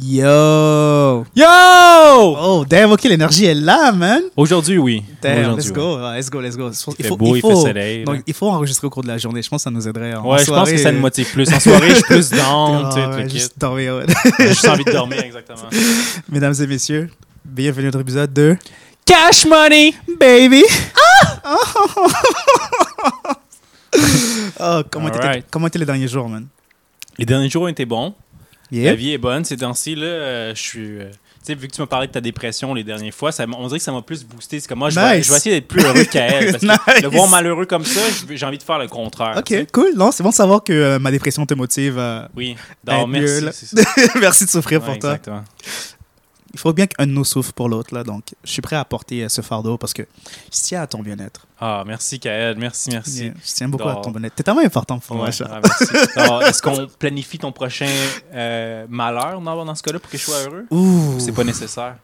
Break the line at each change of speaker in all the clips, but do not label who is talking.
Yo!
Yo!
Oh, damn, ok, l'énergie est là, man!
Aujourd'hui, oui.
Damn,
Aujourd'hui,
let's
oui.
go, let's go, let's go.
Il fait beau, il fait soleil,
Donc,
là.
il faut enregistrer au cours de la journée. Je pense que ça nous aiderait. en
Ouais, je pense
soirée.
que ça me motive plus. En soirée, je suis plus down,
Ah,
tu sais,
ouais,
tout le kit.
juste dormir, ouais.
J'ai juste envie de dormir, exactement.
Mesdames et messieurs, bienvenue à notre épisode de
Cash money!
Baby! Ah! oh, comment
All
étaient
right.
comment étaient les derniers jours, man?
Les derniers jours ont été bons. La
Yeah.
vie est bonne. Ces temps-ci, là, euh, je suis. euh, tu sais, vu que tu m'as parlé de ta dépression les dernières fois, ça, m'a- on dirait que ça m'a plus boosté. C'est comme moi, je, vais,
Nice.
je vais essayer d'être plus heureux qu'elle. Parce que
Nice.
le voir malheureux comme ça, je vais- j'ai envie de faire le contraire. tu sais.
Ok, cool. Non, c'est bon de savoir que euh, ma dépression te motive. euh,
Oui.
À
Non,
être mieux,
merci.
là.
c'est ça.
Merci de souffrir
Ouais,
pour toi.
exactement.
Il faut bien qu'un de nous souffre pour l'autre, là. Donc, je suis prêt à porter euh, ce fardeau parce que je tiens à ton bien-être.
Ah, merci, Kael. Merci, merci.
Yeah, Je tiens beaucoup à
Dors.
ton bien-être. T'es tellement important pour
Ouais,
moi, Charles.
ah, merci. Alors, Est-ce qu'on planifie ton prochain euh, malheur dans, dans ce cas-là pour que je sois heureux?
Ouh.
C'est pas nécessaire.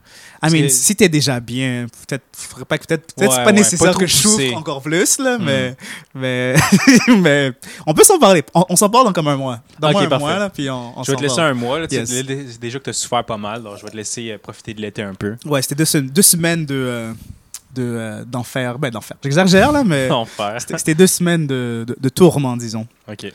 I mean,
c'est-
si t'es déjà bien, peut-être, faudrait pas que- peut-être, peut-être
Ouais,
c'est pas
ouais,
nécessaire
pas trop
que je souffre
poussé.
encore plus, là,
Mm.
mais, mais, mais, on peut s'en parler. On, on s'en parle dans comme un mois. Dans
Ok,
moins un
parfait.
mois, là, puis on, on
je vais te
s'en
laisser
parle.
un mois. là, tu sais,
Yes.
dé- dé- déjà que tu as souffert pas mal, donc je vais te laisser euh, profiter de l'été un peu.
Ouais, c'était deux, se- deux semaines de, euh, de, euh, d'enfer. Ben, d'enfer. J'exagère, là, mais
Non, faire.
Euh, c'était- c'était deux semaines de, de, de tourment, disons.
OK.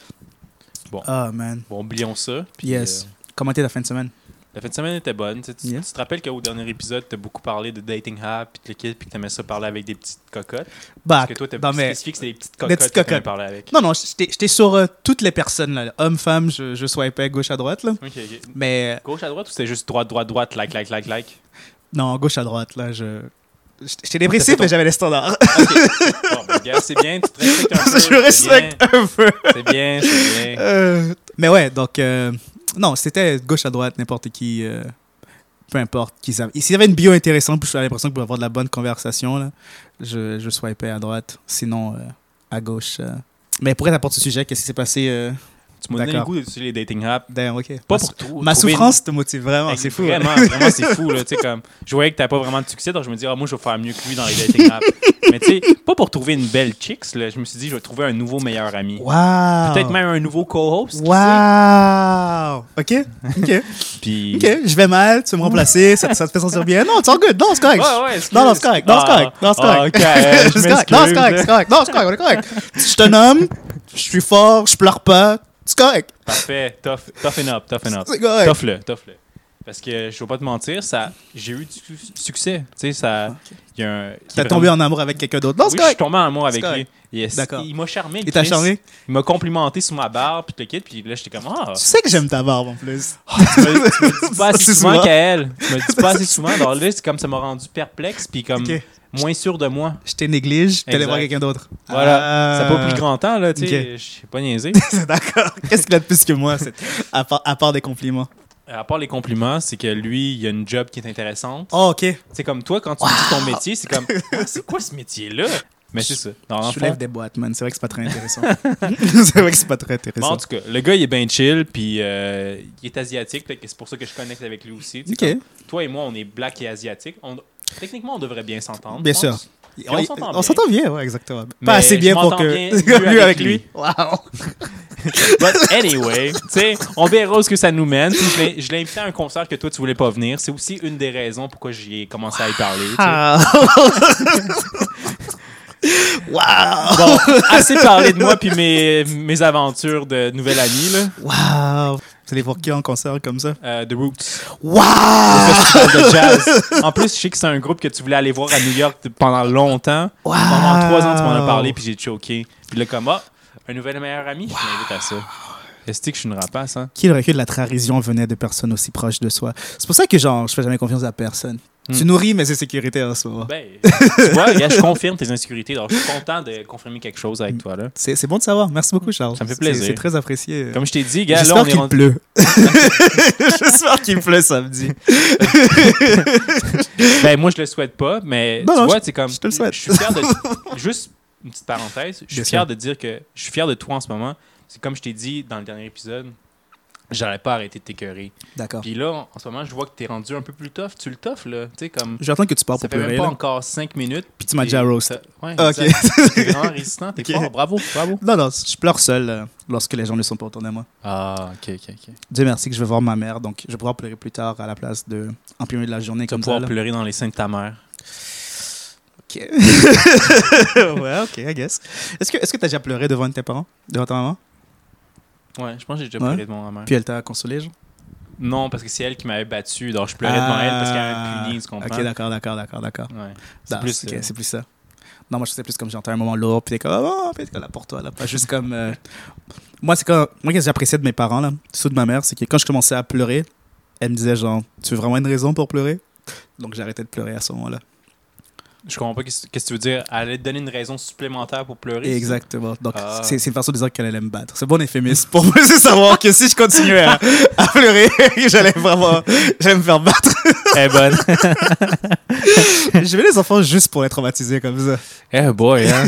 Ah, man.
Bon, oublions ça. Puis,
Yes.
euh,
Comment t'es la fin de semaine?
la fin de semaine était bonne. Tu, sais, tu-
Yeah.
tu te rappelles qu'au dernier épisode, tu as beaucoup parlé de dating app, puis de le kit, puis que tu aimais ça parler avec des petites cocottes.
Bah,
Parce que toi, tu
dans mes-
spécifié que c'était des petites
des
cocottes
petites
que tu
cocottes.
parler avec.
Non, non, j'étais j'étais sur euh, toutes les personnes, là. Hommes, femmes, je, je swipais gauche à droite, là.
OK, OK.
Mais
Gauche à droite ou c'était juste droite, droite, droite, like, like, like, like?
non, gauche à droite, là, je. J'étais dépressif,
ton-
mais j'avais les standards.
Bon, ben, gars, c'est bien, tu te
je
respectes un peu. c'est
respecte un peu.
bien, C'est bien, c'est bien.
Euh, mais ouais, donc. euh, non, c'était gauche à droite, n'importe qui. euh, peu importe. qui ça- S'il y avait une bio intéressante, puis j'avais l'impression que pouvait avoir de la bonne conversation, là, je, je swipais à droite. Sinon, euh, à gauche. euh. Mais pourquoi t'apportes ce sujet Qu'est-ce qui s'est passé euh,
Tu m'as donné le
D'accord.
goût d'utiliser les dating apps.
d'ailleurs, ok.
Pas
Ma-
pour tout.
Ma
trouver une-
souffrance te motive vraiment, c'est fou. hein.
Vraiment, vraiment, c'est fou. Là, tu sais, comme, je voyais que t'as pas vraiment de succès, donc je me dis, ah, moi, je vais faire mieux que lui dans les dating apps. Mais tu sais, pas pour trouver une belle chicks, là, je me suis dit, je vais trouver un nouveau meilleur ami.
Wow.
Peut-être même un nouveau co-host. qui
Wow! OK? OK.
sait. Puis.
OK. Je vais mal, tu veux me remplacer, ça, ça te fait sentir bien. Non, it's all good. Non, c'est correct.
Ouais, ouais, excuse.
Non, non, c'est correct. Non, c'est correct. Non, c'est
Ah,
correct.
ok, euh, je
C'est correct. Non, c'est correct.
m'excuse.
C'est correct. Non, c'est correct. On est correct. Je te nomme, je suis fort, je pleure pas. C'est correct.
Parfait. Tough, toughen up, toughen up.
C'est correct.
Tough-le, tough-le. Parce que je vais pas te mentir, ça, j'ai eu du su- succès. Tu sais, ça. il Y a un,
T'as tombé en amour avec quelqu'un d'autre. Non, c'est
Oui, je suis
correct.
tombé en amour
C'est
avec lui.
correct.
Yes.
D'accord.
Il m'a charmé.
Il t'a
Chris.
charmé.
Il m'a complimenté sous ma barbe, puis le kit, puis là, j'étais comme, ah,
Tu sais que j'aime ta barbe en plus.
tu me, tu me dis pas assez
C'est
souvent
souvent.
qu'elle. Tu me dis pas assez souvent. Alors là, c'est comme ça m'a rendu perplexe, puis comme
OK.
moins sûr de moi.
Je t'ai néglige, t'allais
Exact.
voir quelqu'un d'autre.
Voilà.
Ah.
Ça n'a pas pris grand temps, là, tu sais. Je sais pas niaisé.
C'est D'accord. Qu'est-ce qu'il a de plus que moi, c'est- à part, à part des compliments?
À part les compliments, c'est que lui, il a une job qui est intéressante.
Oh, OK.
C'est comme toi, quand tu me dis ton métier, c'est comme, Ah, c'est quoi ce métier-là? Mais c'est ça. Dans
Je
l'enfant-
soulève des boîtes, man. C'est vrai que c'est pas très intéressant. c'est vrai que c'est pas très
Bon,
intéressant.
en tout cas, le gars, il est bien chill, puis euh, il est asiatique. Peut-être que c'est pour ça que je connecte avec lui aussi. tu
Ok.
sais, comme, toi et moi, on est black et asiatique. On- Techniquement, on devrait bien s'entendre.
Bien
je
sûr.
pense.
On,
on s'entend
on s'entend bien, ouais, exactement.
Mais
pas assez
je
bien pour
m'entends
que.
bien, mieux avec lui.
Waouh!
But anyway, tu sais, on verra ce que ça nous mène. Puis je l'ai- je l'ai invité à un concert que toi, tu voulais pas venir. C'est aussi une des raisons pourquoi j'y ai commencé à y parler. tu sais.
Ah. Waouh!
Bon, assez parlé de moi puis mes, mes aventures de nouvel ami, là,
Waouh! Vous allez voir qui en concert comme ça?
euh, The Roots,
Waouh!
festival de jazz. En plus, je sais que c'est un groupe que tu voulais aller voir à New York pendant longtemps.
Wow!
Pendant trois ans, tu m'en as parlé puis j'ai choqué. Puis là, comme, ah, un nouvel meilleur ami, je t'invite à ça. Est-ce que je suis une rapace, hein?
Qui aurait cru que la trahison venait de personnes aussi proches de soi? C'est pour ça que, genre, je fais jamais confiance à personne.
Hmm.
Tu nourris mes insécurités en ce moment.
Ben, tu vois, gars, je confirme tes insécurités. Alors, je suis content de confirmer quelque chose avec toi, là.
C'est c'est bon de savoir. Merci beaucoup, Charles.
Ça me fait
C'est-
plaisir.
C'est très apprécié.
Comme je t'ai dit, gars, là,
J'espère
on est
qu'il
rendu...
pleut. J'espère qu'il pleut samedi.
Ben, moi, je le souhaite pas, mais
Non,
tu
non,
vois, c'est comme.
je te le souhaite.
Je suis fier de. Juste une petite parenthèse. Je suis
Bien
fier
sûr.
de dire que je suis fier de toi en ce moment. C'est comme je t'ai dit dans le dernier épisode. J'allais pas arrêter de t'écœurer.
D'accord.
Puis là, en- en ce moment, je vois que t'es rendu un peu plus tough. Tu le tough, là. Tu sais, comme.
J'attends que tu parles
Ça
pour
fait même
pleurer.
pas
là.
encore 5 minutes.
Puis tu m'as déjà roast.
ça- Ouais,
Ah,
c'est ça. T'es vraiment résistant. T'es
Ok.
fort. Bravo, bravo.
Non, non, je pleure seul euh, lorsque les gens ne sont pas autour de moi.
Ah, ok, ok, ok.
Dieu merci que je vais voir ma mère, donc je vais pouvoir pleurer plus tard à la place de en plein milieu de la journée
Tu vas
comme ça.
pouvoir pleurer dans les seins de ta mère.
là. ouais, ok, I guess. Est-ce que est-ce que t'as déjà pleuré devant tes parents, devant ta maman,
Ouais, je pense que j'ai déjà
Ouais.
pleuré devant ma mère.
puis elle t'a consolé, genre
Non, parce que c'est elle qui m'avait battu. Donc, je pleurais devant elle parce qu'elle m'avait puni, tu comprends?
Ah, Ok, d'accord, d'accord, d'accord, d'accord.
Ouais.
Non,
C'est plus.
ok,
euh,
Bah, c'est plus ça. Non, moi je sais plus comme j'entends un moment lourd, puis t'es comme oh, peut-être là pour toi là, pas juste comme. euh, Moi c'est quand moi qu'est-ce que j'appréciais de mes parents là, surtout de ma mère, c'est que quand je commençais à pleurer, elle me disait genre tu veux vraiment une raison pour pleurer, donc j'arrêtais de pleurer à ce moment-là.
Je comprends pas qu'est-ce qu'est-ce que tu veux dire. Elle allait te donner une raison supplémentaire pour pleurer. c'est ça?
Exactement. Donc,
Ah.
c'est c'est une façon de dire qu'elle allait me battre. C'est bon éphémisme pour me laisser savoir que si je continuais à, à pleurer, j'allais vraiment j'allais me faire battre.
Eh bonne.
Je mets les enfants juste pour les traumatiser comme ça.
Eh boy, hein.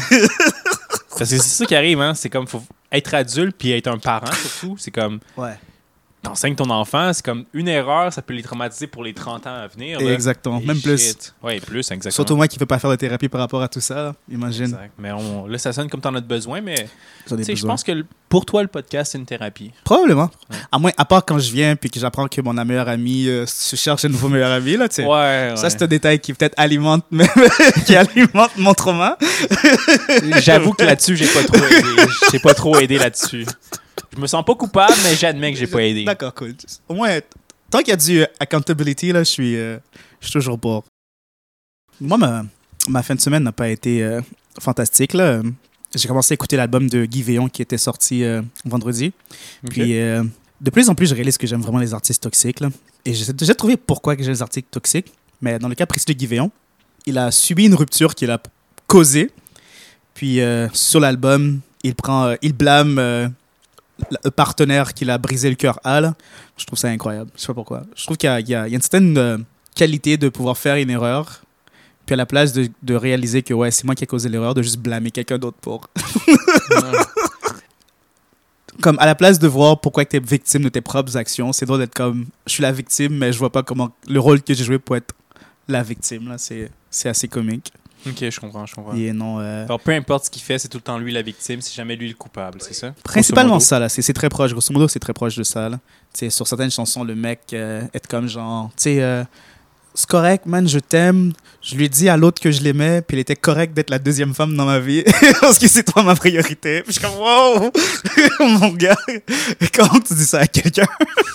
Parce que c'est ça qui arrive, hein. C'est comme faut être adulte puis être un parent surtout. C'est comme
Ouais.
t'enseignes ton enfant, c'est comme une erreur, ça peut les traumatiser pour les 30 ans à venir. là.
exactement.
Et
Même plus.
shit. Ouais, plus, exactement.
Surtout moi qui ne peux pas faire de thérapie par rapport à tout ça. là. Imagine.
Exact. Mais on- là, ça sonne comme t'en as besoin, mais
J'en ai
tu sais, je
besoin.
pense que le- pour toi, le podcast, c'est une thérapie.
Probablement.
Ouais.
À moins, à part quand je viens puis que j'apprends que mon meilleur ami euh, se cherche un nouveau meilleur ami, là, tu sais.
Ouais,
Ça, c'est un détail qui peut-être alimente, même, qui alimente mon trauma.
J'avoue que là-dessus, j'ai pas trop aidé. J'ai pas trop aidé là-dessus. Je me sens pas coupable, mais j'admets que j'ai pas aidé.
D'accord, cool. Au moins, t- tant qu'il y a du euh, accountability, là, je suis, euh, je suis toujours pour. Moi, ma, ma fin de semaine n'a pas été euh, fantastique, là. J'ai commencé à écouter l'album de Guy Véon qui était sorti euh, vendredi.
Ok.
Puis euh, de plus en plus, je réalise que j'aime vraiment les artistes toxiques. là. Et j'ai déjà trouvé pourquoi que j'aime les artistes toxiques. Mais dans le cas précis de Guy Véon, il a subi une rupture qu'il a causée. Puis euh, sur l'album, il prend, euh, il blâme euh, le partenaire qu'il a brisé le cœur à. là. Je trouve ça incroyable. Je sais pas pourquoi. Je trouve qu'il y, a- il y a il y a une certaine euh, qualité de pouvoir faire une erreur. Puis à la place de, de réaliser que ouais, c'est moi qui ai causé l'erreur, de juste blâmer quelqu'un d'autre pour euh,
Ouais.
comme à la place de voir pourquoi tu es victime de tes propres actions, c'est drôle d'être comme je suis la victime, mais je vois pas comment le rôle que j'ai joué pour être la victime. là C'est c'est assez comique.
Ok, je comprends, je comprends.
Et non, euh,
Alors, peu importe ce qu'il fait, c'est tout le temps lui la victime, c'est jamais lui le coupable, c'est ça?
principalement
Grosso
ça, là. C'est c'est très proche. Grosso modo, c'est très proche de ça. Là. Tu sais, Sur certaines chansons, le mec euh, est comme genre, tu sais, euh, c'est correct, man, je t'aime. Je lui ai dit à l'autre que je l'aimais, puis il était correct d'être la deuxième femme dans ma vie, parce que c'est toi ma priorité. Puis je suis comme, wow, mon gars, comment tu dis ça à quelqu'un?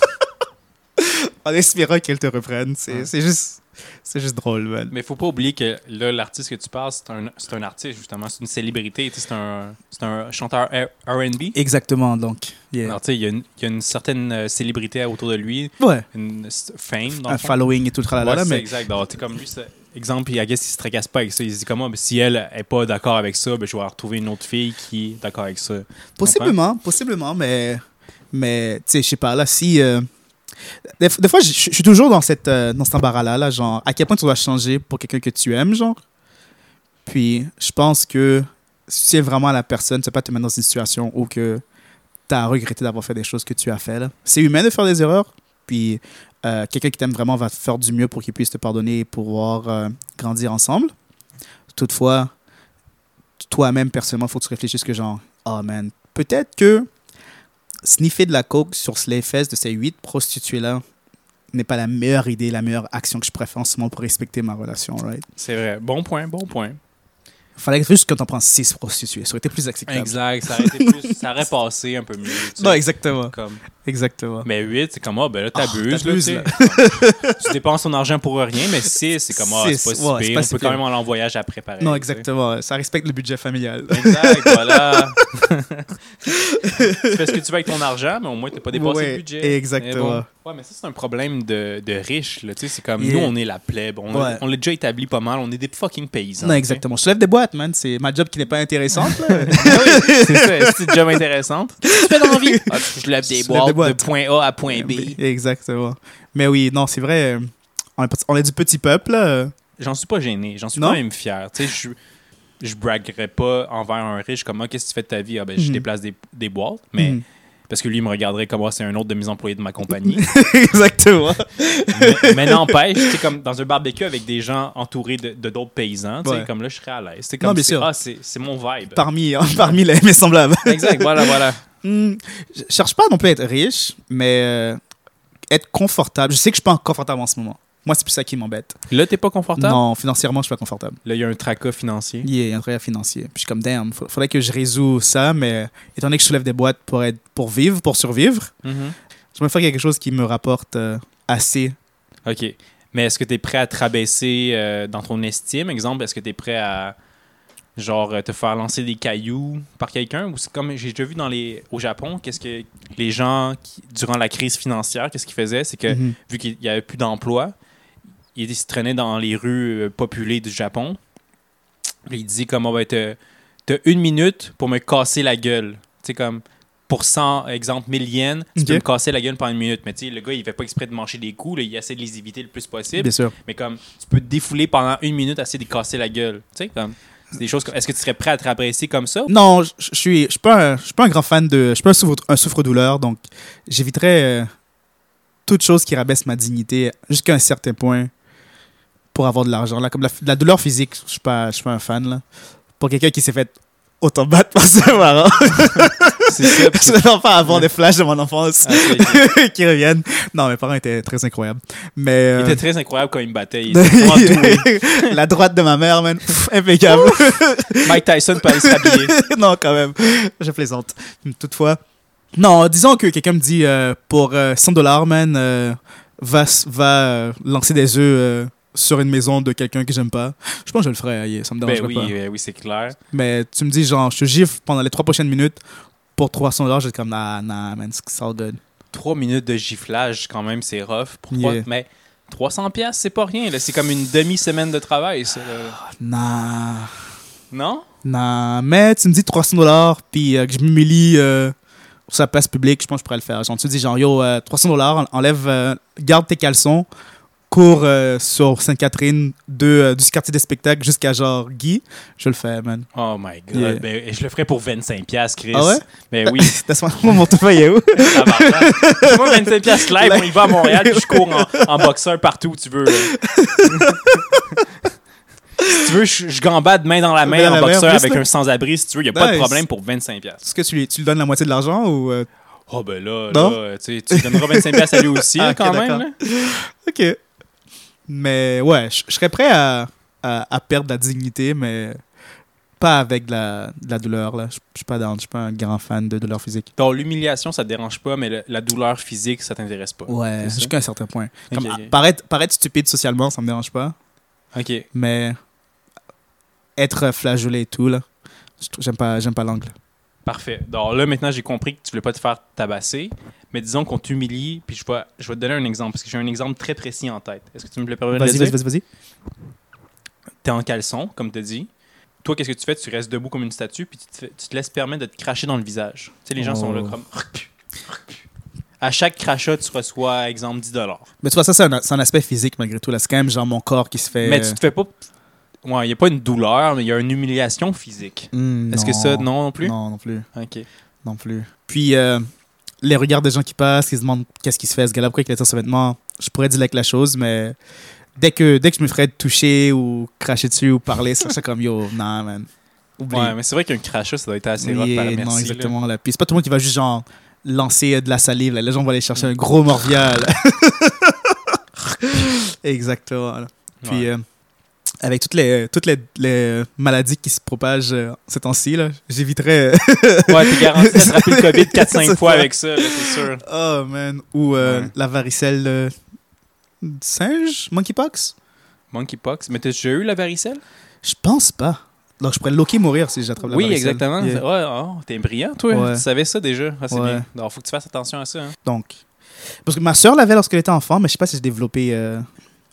en espérant qu'elle te reprenne. C'est
Ouais.
c'est juste, c'est juste drôle, man.
modo. Mais faut pas oublier que là, l'artiste que tu parles, c'est un, c'est un artiste, justement, c'est une célébrité, tu sais, c'est un, c'est un chanteur R- RB.
Exactement, donc. yeah.
Alors, tu sais, il y, a une- il y a une certaine euh, célébrité autour de lui,
Ouais,
une s- fame, dans le
un
fond.
following et tout le tralala,
Ouais, c'est ça,
mais
exact. Donc, tu sais, comme lui, c'est- exemple, il, I guess, il se tracasse pas avec ça. Il se dit comment, si elle est pas d'accord avec ça, ben, je vais retrouver une autre fille qui est d'accord avec ça.
Possiblement, possiblement, mais, mais tu sais, je sais pas, là, si... euh, des, des fois, je je suis toujours dans, cette, euh, dans cet embarras-là, là, genre, à quel point tu dois changer pour quelqu'un que tu aimes, genre. Puis, je pense que si c'est vraiment la personne, tu vas pas te mettre dans une situation où que tu as regretté d'avoir fait des choses que tu as fait, là. C'est humain de faire des erreurs, puis euh, quelqu'un qui t'aime vraiment va faire du mieux pour qu'il puisse te pardonner et pouvoir euh, grandir ensemble. Toutefois, toi-même, personnellement, faut que tu réfléchisses que genre, oh man, peut-être que sniffer de la coke sur les fesses de ces huit prostituées-là n'est pas la meilleure idée, la meilleure action que je pourrais faire en ce moment pour respecter ma relation, right?
C'est vrai. Bon point, bon point.
Fallait juste que t'en prends six prostituées, ça aurait été plus acceptable.
Exact. Ça aurait, été plus- ça aurait passé un peu mieux. tu sais.
Non, exactement.
Comme-
Exactement.
Mais 8, c'est comme, ah, ben là, t'abuses.
t'abuses,
là, tu sais. tu dépenses ton argent pour rien, mais 6, c'est comme, ah,
Six,
c'est pas si
ouais, c'est
pire.
pas
On
si
peut
pire.
quand même aller en voyage à préparer.
non, exactement. Ça respecte le budget familial.
Exact, voilà. tu fais ce que tu veux avec ton argent, mais au moins, t'as pas dépassé
Ouais,
le budget.
exactement.
Mais bon. Ouais, mais ça, c'est un problème de, de riches, là. Tu sais, c'est comme,
Yeah.
nous, on est la plèbe. On,
Ouais.
on l'a déjà établi pas mal. On est des fucking paysans.
Non,
tu sais.
exactement. Je lève des boîtes, man. C'est ma job qui n'est pas intéressante. là.
Ah oui, c'est ça, c'est une job intéressante. Tu fais dans la vie? Ah, je lève des
Je lève
boîtes
des boîtes.
de point A à point B.
Exactement. Mais oui, non, c'est vrai. euh, On est, on est du petit peuple. là.
J'en suis pas gêné. J'en suis
Non?
quand même fier. Tu sais, je je braguerais pas envers un riche comme moi. Qu'est-ce que tu fais de ta vie? Ah, ben, je
Mhm.
déplace des, des boîtes. Mais
Mhm.
parce que lui il me regarderait comme oh, c'est un autre de mes employés de ma compagnie.
Exactement.
mais, mais n'empêche, tu sais, comme dans un barbecue avec des gens entourés de de d'autres paysans, tu sais,
Ouais.
comme là je serais à l'aise. C'est
Non,
comme
bien
c'est-
sûr.
ah, c'est c'est mon vibe.
Parmi, hein, parmi les, mes semblables.
Exact, voilà, voilà.
Hmm, je cherche pas non plus à être riche, mais euh, être confortable. Je sais que je suis pas confortable en ce moment. Moi, c'est plus ça qui m'embête.
Là, t'es pas confortable?
Non, financièrement, je suis pas confortable.
Là, il y a un tracas financier.
Il y a un travail financier. Puis je suis comme, damn, fa- faudrait que je résous ça, mais euh, étant donné que je soulève des boîtes pour, être, pour vivre, pour survivre,
Mhm.
je me faire quelque chose qui me rapporte euh, assez.
OK. Mais est-ce que tu es prêt à te rabaisser euh, dans ton estime? Exemple, est-ce que tu es prêt à genre euh, te faire lancer des cailloux par quelqu'un ou c'est comme j'ai déjà vu dans les au Japon qu'est-ce que les gens qui- durant la crise financière qu'est-ce qu'ils faisaient c'est que
Mhm.
vu qu'il y avait plus d'emploi ils se traînaient dans les rues euh, populées du Japon puis ils disaient comme on va être t'as une minute pour me casser la gueule tu sais comme pour 100 exemple 1000 yens tu peux
Ok.
me casser la gueule pendant une minute mais tu sais le gars il fait pas exprès de manger des coups là, il essaie de les éviter le plus possible
Bien sûr.
mais comme, tu peux te défouler pendant une minute à essayer de casser la gueule. Tu sais, comme, c'est des choses comme- Est-ce que tu serais prêt à te rabaisser comme ça?
Non, je je suis, je suis pas, un- je suis pas un grand fan de, je suis pas un souffre, un souffre-douleur, donc j'éviterais euh, toute chose qui rabaisse ma dignité jusqu'à un certain point pour avoir de l'argent. Là, comme la, la douleur physique, je suis pas, je suis pas un fan là. Pour quelqu'un qui s'est fait autant battre par sa maman,
C'est ça. puis
je ne veux pas avoir des flashs de mon enfance
c'est- Ah, ok.
qui reviennent. Non, mes parents étaient très incroyables, mais
Il
euh,
était très incroyable quand il me battait. Il était vraiment doué.
la droite de ma mère, man, pff, impeccable.
Mike Tyson peut aller se rhabiller.
non, quand même. Je plaisante. Toutefois. Non, disons que quelqu'un me dit euh, pour euh, 100 dollars, man, euh, va, s- va euh, lancer des œufs euh, sur une maison de quelqu'un que j'aime pas. Je pense que je le ferais, aïe, ça me
Ben
dérangerait
oui,
pas.
ben oui, c'est clair.
Mais tu me dis, genre, je te gifle pendant les trois prochaines minutes pour 300 dollars, j'ai comme, nah, nah, man, c'est all good.
Trois minutes de giflage, quand même, c'est rough. Pourquoi?
Yeah.
Mais 300 pièces c'est pas rien. là. C'est comme une demi-semaine de travail, ça. là.
Ah, Nah,
Non?
nah. Mais tu me dis 300 dollars, puis euh, que je m'humilie euh, sur la place publique, je pense que je pourrais le faire. Genre, tu me dis, genre, yo, euh, 300 dollars, enlève, euh, garde tes caleçons, cours euh, sur Sainte-Catherine de, euh, du quartier des spectacles jusqu'à genre Guy. Je le fais, man.
Oh my God.
Yeah.
Ben, je le ferais pour 25 pièces Chris.
Ah ouais?
Ben oui.
Laisse-moi mon téléphone, il est où?
Tabarnak. Moi, 25 piastres live, on y va à Montréal, puis je cours en, en boxeur partout où tu veux. là. si tu veux, je, je gambade main dans la main
Dans
en
la main, en
boxeur
plus,
avec
là.
un sans-abri, si tu veux, il n'y a pas de
Nice.
problème pour 25 piastres.
Est-ce que tu lui, tu lui donnes la moitié de l'argent ou. euh,
Oh ben là,
Non?
là, tu sais, tu donneras 25 piastres à lui aussi,
Ah,
là, quand
ok,
même.
d'accord.
là.
Ok. Mais ouais, je je serais prêt à, à, à perdre la dignité, mais pas avec de la, de la douleur. Là. Je je suis pas down, je suis pas un grand fan de douleur physique.
Donc, l'humiliation, ça te dérange pas, mais le- la douleur physique, ça t'intéresse pas.
Ouais,
c'est ça.
jusqu'à un certain point. Comme,
Ok,
à-
ok.
paraître, paraître stupide socialement, ça me dérange pas,
OK.
mais être flagellé et tout, là, je trou- j'aime pas, j'aime pas l'angle.
Parfait. Donc là, maintenant, j'ai compris que tu voulais pas te faire tabasser, mais disons qu'on t'humilie, puis je vais, je vais te donner un exemple, parce que j'ai un exemple très précis en tête. Est-ce que tu me le permets de le
Vas-y,
dire?
vas-y, vas-y. vas-y.
t'es en caleçon, comme t'as dit. Toi, qu'est-ce que tu fais? Tu restes debout comme une statue, puis tu te, fais- tu te laisses permettre de te cracher dans le visage. Tu sais, les gens sont là
Oh.
comme... À chaque crachat, tu reçois, exemple, 10
Mais tu vois, ça, c'est un, c'est un aspect physique malgré tout. là. C'est quand même genre mon corps qui se fait. euh,
Mais tu te fais pas... Ouais, il n'y a pas une douleur, mais il y a une humiliation physique.
Hmm,
Est-ce que ça, non non plus?
Non, non plus.
OK.
Non plus. Puis, euh, les regards des gens qui passent, qui se demandent qu'est-ce qui se fait, ce gars-là, pourquoi il a ses vêtements. Je pourrais dire avec la chose, mais dès que, dès que je me ferais toucher ou cracher dessus ou parler, ça serait comme yo, nah, man. Oublie.
Ouais, mais c'est vrai qu'un crachat, ça doit être assez rough par
Yeah,
la merci.
non,
là.
exactement. Là. Puis, c'est pas tout le monde qui va juste genre lancer euh, de la salive. Là. Les gens vont aller chercher un gros morvia. là. exactement. là.
Ouais.
Puis, euh, avec toutes les, euh, toutes les, les maladies qui se propagent euh, ces temps-ci, là, j'éviterais. euh,
Ouais, t'es garanti d'attraper le COVID 4-5
C'est
fois
ça.
avec ça, là, c'est sûr.
Oh man. Ou euh,
Ouais.
la varicelle euh, du singe Monkeypox
Monkeypox. Mais t'as déjà eu la varicelle?
Je pense pas. Donc je pourrais loquer mourir si j'attrape la
Oui,
varicelle.
exactement.
Yeah.
Ouais, oh, t'es brillant, toi.
Ouais.
Tu savais ça déjà. Ah, c'est
Ouais.
bien. Alors, faut que tu fasses attention à ça. hein.
Donc. Parce que ma soeur l'avait lorsqu'elle était enfant, mais je sais pas si j'ai développé. euh,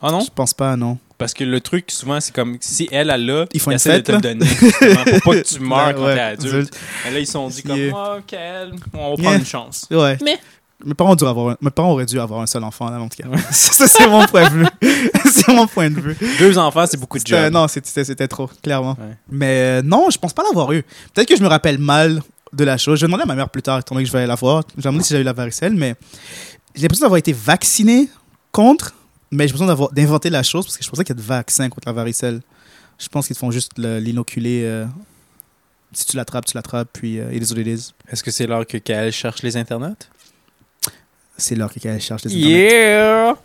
Ah non?
Je pense pas, non.
Parce que le truc, souvent, c'est comme si elle, elle l'a,
Ils font une
essaie
fête,
de te le
là.
donner. justement, pour pas que tu meurs
Ouais,
quand
ouais,
t'es adulte. Mais là, ils se sont dit comme,
Yeah.
oh, Kael, on va prendre
Yeah.
une chance.
Ouais.
Mais-
Mes parents, ont dû avoir un- Mes parents auraient dû avoir un seul enfant, là, en tout cas. Ça, c'est mon point de vue. c'est mon point de vue.
Deux enfants, c'est beaucoup de
C'était-
jobs.
non, c'était c'était trop, clairement.
Ouais.
Mais euh, non, je pense pas l'avoir eu. Peut-être que je me rappelle mal de la chose. Je demandais à ma mère plus tard, étant donné que je vais aller la voir, j'ai demandé si j'avais eu la varicelle, mais j'ai l'impression d'avoir été vacciné contre, mais j'ai l'impression d'avoir d'inventer la chose parce que je pensais qu'il y a de vaccins contre la varicelle. Je pense qu'ils te font juste le- l'inoculer. euh, si tu l'attrapes, tu l'attrapes, puis euh, it is what it is.
Est-ce que c'est l'heure que Kael cherche les internautes?
C'est là que quelqu'un cherche les internets.
Yeah!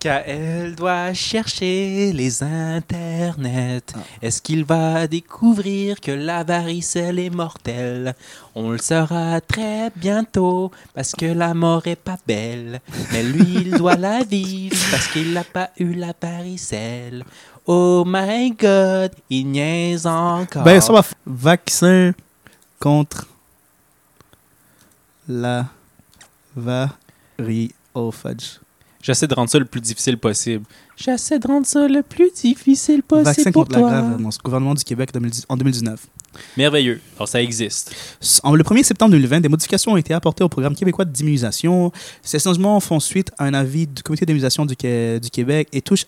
Kael doit chercher les internets.
Ah.
Est-ce qu'il va découvrir que la varicelle est mortelle? On le saura très bientôt parce que la mort est pas belle. Mais lui, il doit la vivre parce qu'il n'a pas eu la varicelle. Oh my god, il niaise encore.
Ben, ça va. f- Vaccin contre la variofage.
J'essaie de rendre ça le plus difficile possible. J'essaie de rendre ça le plus difficile
Vaccin contre la grave avance. Gouvernement du Québec 2010 en 2019.
Merveilleux. Alors, ça existe.
En le 1er septembre 2020, des modifications ont été apportées au programme québécois d'immunisation. Ces changements font suite à un avis du comité d'immunisation du, Qué- du Québec et touchent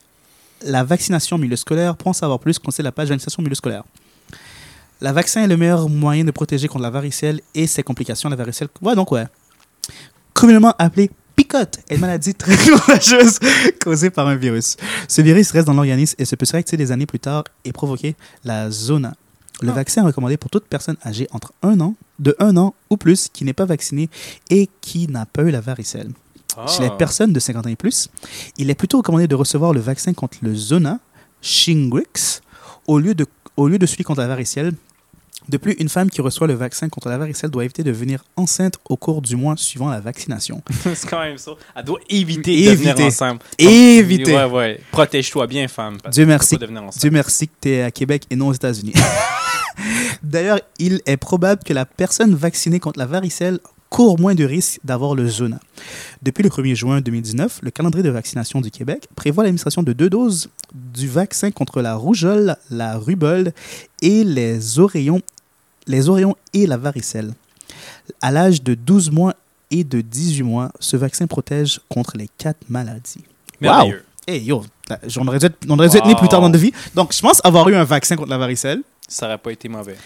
la vaccination au milieu scolaire. Pour en savoir plus, consultez la page vaccination au milieu scolaire. La vaccin est le meilleur moyen de protéger contre la varicelle et ses complications. La varicelle, ouais, donc ouais. Communément appelée picote, est une maladie très contagieuse causée par un virus. Ce virus reste dans l'organisme et se peut se réactiver des années plus tard et provoquer la zona. Le
Ah.
vaccin est recommandé pour toute personne âgée entre un an, de 1 an ou plus qui n'est pas vaccinée et qui n'a pas eu la varicelle.
Ah.
Chez les personnes de 50 ans et plus, il est plutôt recommandé de recevoir le vaccin contre le zona, Shingrix, au lieu de, au lieu de celui contre la varicelle. De plus, une femme qui reçoit le vaccin contre la varicelle doit éviter de venir enceinte au cours du mois suivant la vaccination.
c'est quand même ça. Elle doit éviter, de
Éviter.
devenir ensemble.
Éviter.
Ouais, ouais. Protège-toi bien, femme. parce
Dieu
que tu
merci.
vas devenir ensemble.
Dieu merci que tu es à Québec et non aux États-Unis. D'ailleurs, il est probable que la personne vaccinée contre la varicelle court moins de risques d'avoir le zona. Depuis le 1er juin 2019, le calendrier de vaccination du Québec prévoit l'administration de deux doses du vaccin contre la rougeole, la rubole et les oreillons, les oreillons et la varicelle. À l'âge de 12 mois et de 18 mois, ce vaccin protège contre les quatre maladies.
Merveilleux.
Hey yo, la- on aurait dû être, on aurait dû être né plus tard dans notre vie. Donc, je pense avoir eu un vaccin contre la varicelle.
Ça n'aurait pas été mauvais.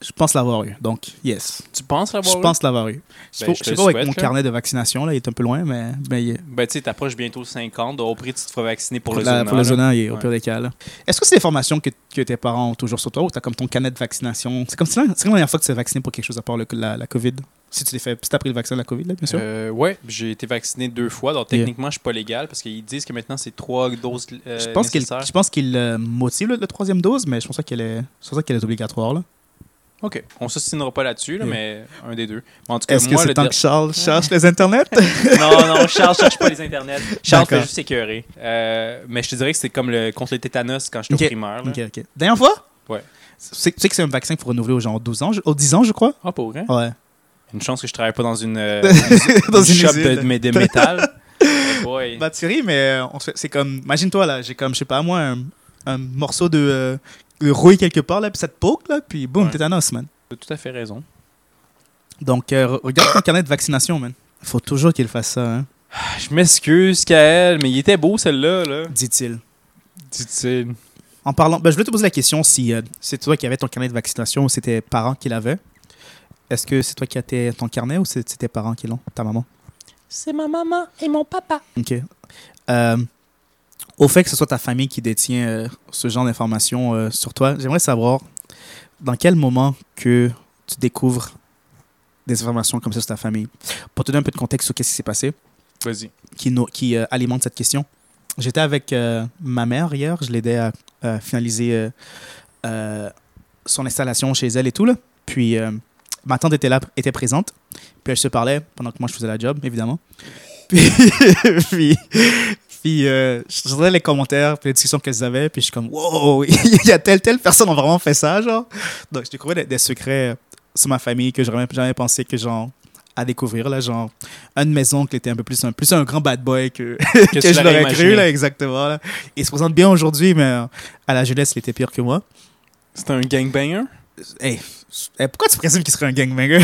Je pense l'avoir eu. Donc, yes.
Tu penses
Je
l'avoir eu?
pense l'avoir eu. Je,
Ben,
sais
je
pas-
te
je sais pas avec
souhaite,
mon
là.
carnet de vaccination, là, il est un peu loin, mais, mais il est-
Ben, tu sais, t'approches bientôt 50. Au prix, tu te feras vacciner pour,
pour,
le
la-
zona.
pour le
là.
zona, il est au
Ouais.
pire des cas. là. Est-ce que c'est des formations que, que tes parents ont toujours sur toi ou tu as comme ton carnet de vaccination C'est comme, si- c'est comme la dernière fois que tu t'es vacciné pour quelque chose à part le- la, la COVID. Si tu l'as fait, si t'as pris le vaccin de la COVID, là, bien sûr.
Euh, ouais, j'ai été vacciné deux fois. Donc,
Yeah.
techniquement, je suis pas légal parce qu'ils disent que maintenant, c'est trois doses euh,
je pense qu'il
nécessaires.
je pense qu'il, euh, motive le, le troisième dose, mais je pense pas qu'elle est, je pense pas qu'elle est obligatoire. là.
OK. On s'assinera pas là-dessus, là,
Yeah.
mais un des deux. Mais en tout cas,
Est-ce que
moi,
c'est
le
temps
der-
que Charles cherche les internets
Non, non, Charles cherche pas les internets. Charles
D'accord.
fait juste écœurer. Euh, mais je te dirais que c'est comme le, contre le tétanos quand j'étais
Ok.
au primaire. là.
Ok, ok. Dernière fois?
Ouais.
Tu sais, tu sais que c'est un vaccin qu'il faut renouveler aux gens aux 12 ans, je- aux 10 ans, je crois?
Ah, pour vrai?
Ouais.
Une chance que je travaille pas dans une, euh,
Dans
une
une
shop
usine.
de, mais de métal. Oh boy.
Bah, Thierry, mais euh, on se- c'est comme. Imagine-toi, là, j'ai comme, je sais pas, moi, un, un morceau de, euh, de rouille quelque part, là, puis ça te poke, là, puis boum,
Ouais.
tétanos, man.
T'as tout à fait raison.
Donc, euh, re- regarde ton carnet de vaccination, man. Faut toujours qu'il fasse ça, hein,
Ah, Je m'excuse, Kael, mais il était beau, celle-là. Là.
dit-il.
Dit-il.
En parlant, ben, je voulais te poser la question si euh, c'est toi qui avais ton carnet de vaccination ou c'était tes parents qui l'avaient. Est-ce que c'est toi qui as tes- ton carnet ou c'est c'est tes parents qui l'ont, ta maman?
C'est ma maman et mon papa.
OK. Euh, au fait que ce soit ta famille qui détient euh, ce genre d'informations euh, sur toi, j'aimerais savoir dans quel moment que tu découvres des informations comme ça sur ta famille. Pour te donner un peu de contexte sur qu'est-ce qui s'est passé,
Vas-y.
qui, nous- qui euh, alimente cette question. J'étais avec euh, ma mère hier, je l'aidais à, à finaliser euh, euh, son installation chez elle et tout. Là. Puis euh, ma tante était là, était présente. Puis elle se parlait pendant que moi je faisais la job, évidemment. Puis, puis, puis, euh, je regardais les commentaires, puis les discussions qu'elles avaient. Puis je suis comme, wow, il y a telle, telle personne, on a vraiment fait ça, genre. Donc je découvrais des, des secrets sur ma famille que j'aurais même jamais pensé que genre à découvrir là genre un de mes oncles était un peu plus un plus un grand bad boy que que,
tu
je
l'aurais
l'aurais
imaginé?
cru, là, exactement. là. Il se présente bien aujourd'hui, mais euh, à la jeunesse, il était pire que moi.
C'était un gangbanger?
Hey, eh, pourquoi tu présumes qu'il serait un gangbanger?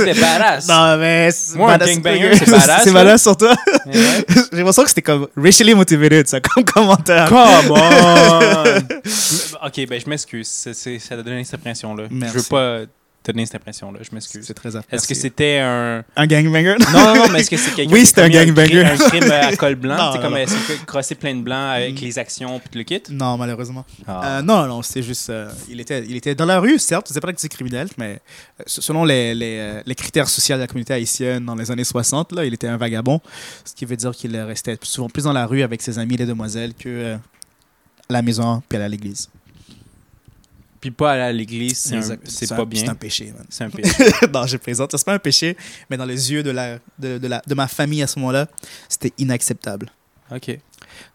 était badass.
non, mais... c'est
Moi, un
badass-
gangbanger, c'est badass,
C'est
là.
badass sur toi.
Eh ouais.
J'ai l'impression que c'était comme racially motivated, ça, comme commentaire.
Come on! ok, ben je m'excuse. C'est- c'est- Ça a donné cette impression-là. Je
Merci.
veux pas te donné cette impression-là. Je m'excuse.
C'est très apprécié.
Est-ce que c'était un.
un gangbanger
Non, non, non, mais est-ce que c'est quelqu'un
Oui,
qui a
c'était un
commis
gangbanger.
crime- Un crime à col blanc.
Non,
C'est comme
non. Mm.
est-ce que crosser plein de blanc avec les actions puis le kit.
Non, malheureusement.
Ah.
Euh, non, non, c'est juste. euh, il, était, il était dans la rue, certes, c'est pas que c'est criminel, mais euh, selon les, les, euh, les critères sociaux de la communauté haïtienne dans les années 60, là, il était un vagabond, ce qui veut dire qu'il euh, restait souvent plus dans la rue avec ses amis, les demoiselles, que euh, à la maison puis aller à l'église.
Puis pas aller à l'église, c'est un- c'est
un-
pas
C'est un
bien.
péché. man.
C'est un péché.
non, je plaisante, c'est pas un péché, mais dans les yeux de, la, de, de la, de ma famille à ce moment-là, c'était inacceptable.
OK.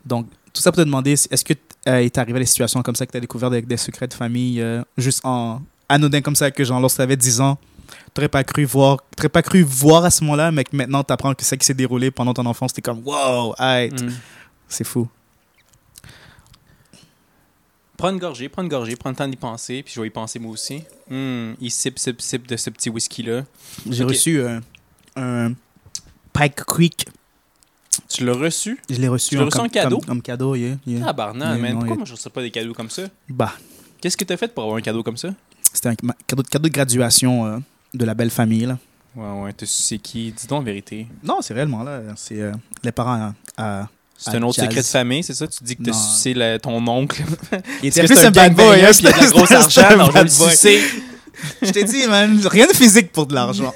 Donc, tout ça pour te demander, est-ce que euh, il t'est arrivé des situations comme ça que tu as découvert des, des secrets de famille euh, juste en anodin comme ça que genre lorsque tu avais 10 ans, tu pas cru voir, t'aurais pas cru voir à ce moment-là, mais que maintenant tu apprends que ça qui s'est déroulé pendant ton enfance, t'es comme wow, hey,
Mm.
c'est fou.
Prends une gorgée, prends une gorgée, prends le temps d'y penser, puis je vais y penser moi aussi. Hmm, il sip, sip, sip de ce petit whisky-là.
J'ai
Ok.
reçu euh, un Pike Quick,
Tu l'as reçu?
je l'ai reçu,
Tu l'as
en-
reçu
comme,
en cadeau?
comme, comme cadeau, yeah, yeah.
Ah, barnard,
Mais
man.
non,
Pourquoi
il-
moi je reçois pas des cadeaux comme ça?
Bah,
Qu'est-ce que t'as fait pour avoir un cadeau comme ça?
c'était un ma- cadeau, de- cadeau de graduation euh, de la belle famille. là.
Ouais, ouais, t'as sucé qui? Dis donc la vérité.
Non, c'est réellement là, c'est euh, les parents à,
C'est
Ah,
un autre
jazz.
secret de famille, c'est ça? Tu dis que t'as
Non.
sucé la- ton oncle.
Il
Parce que c'est un bad boy, hein, puis il a de la grosse argent, alors je vais le sucer.
Je t'ai dit, man, rien de physique pour de l'argent.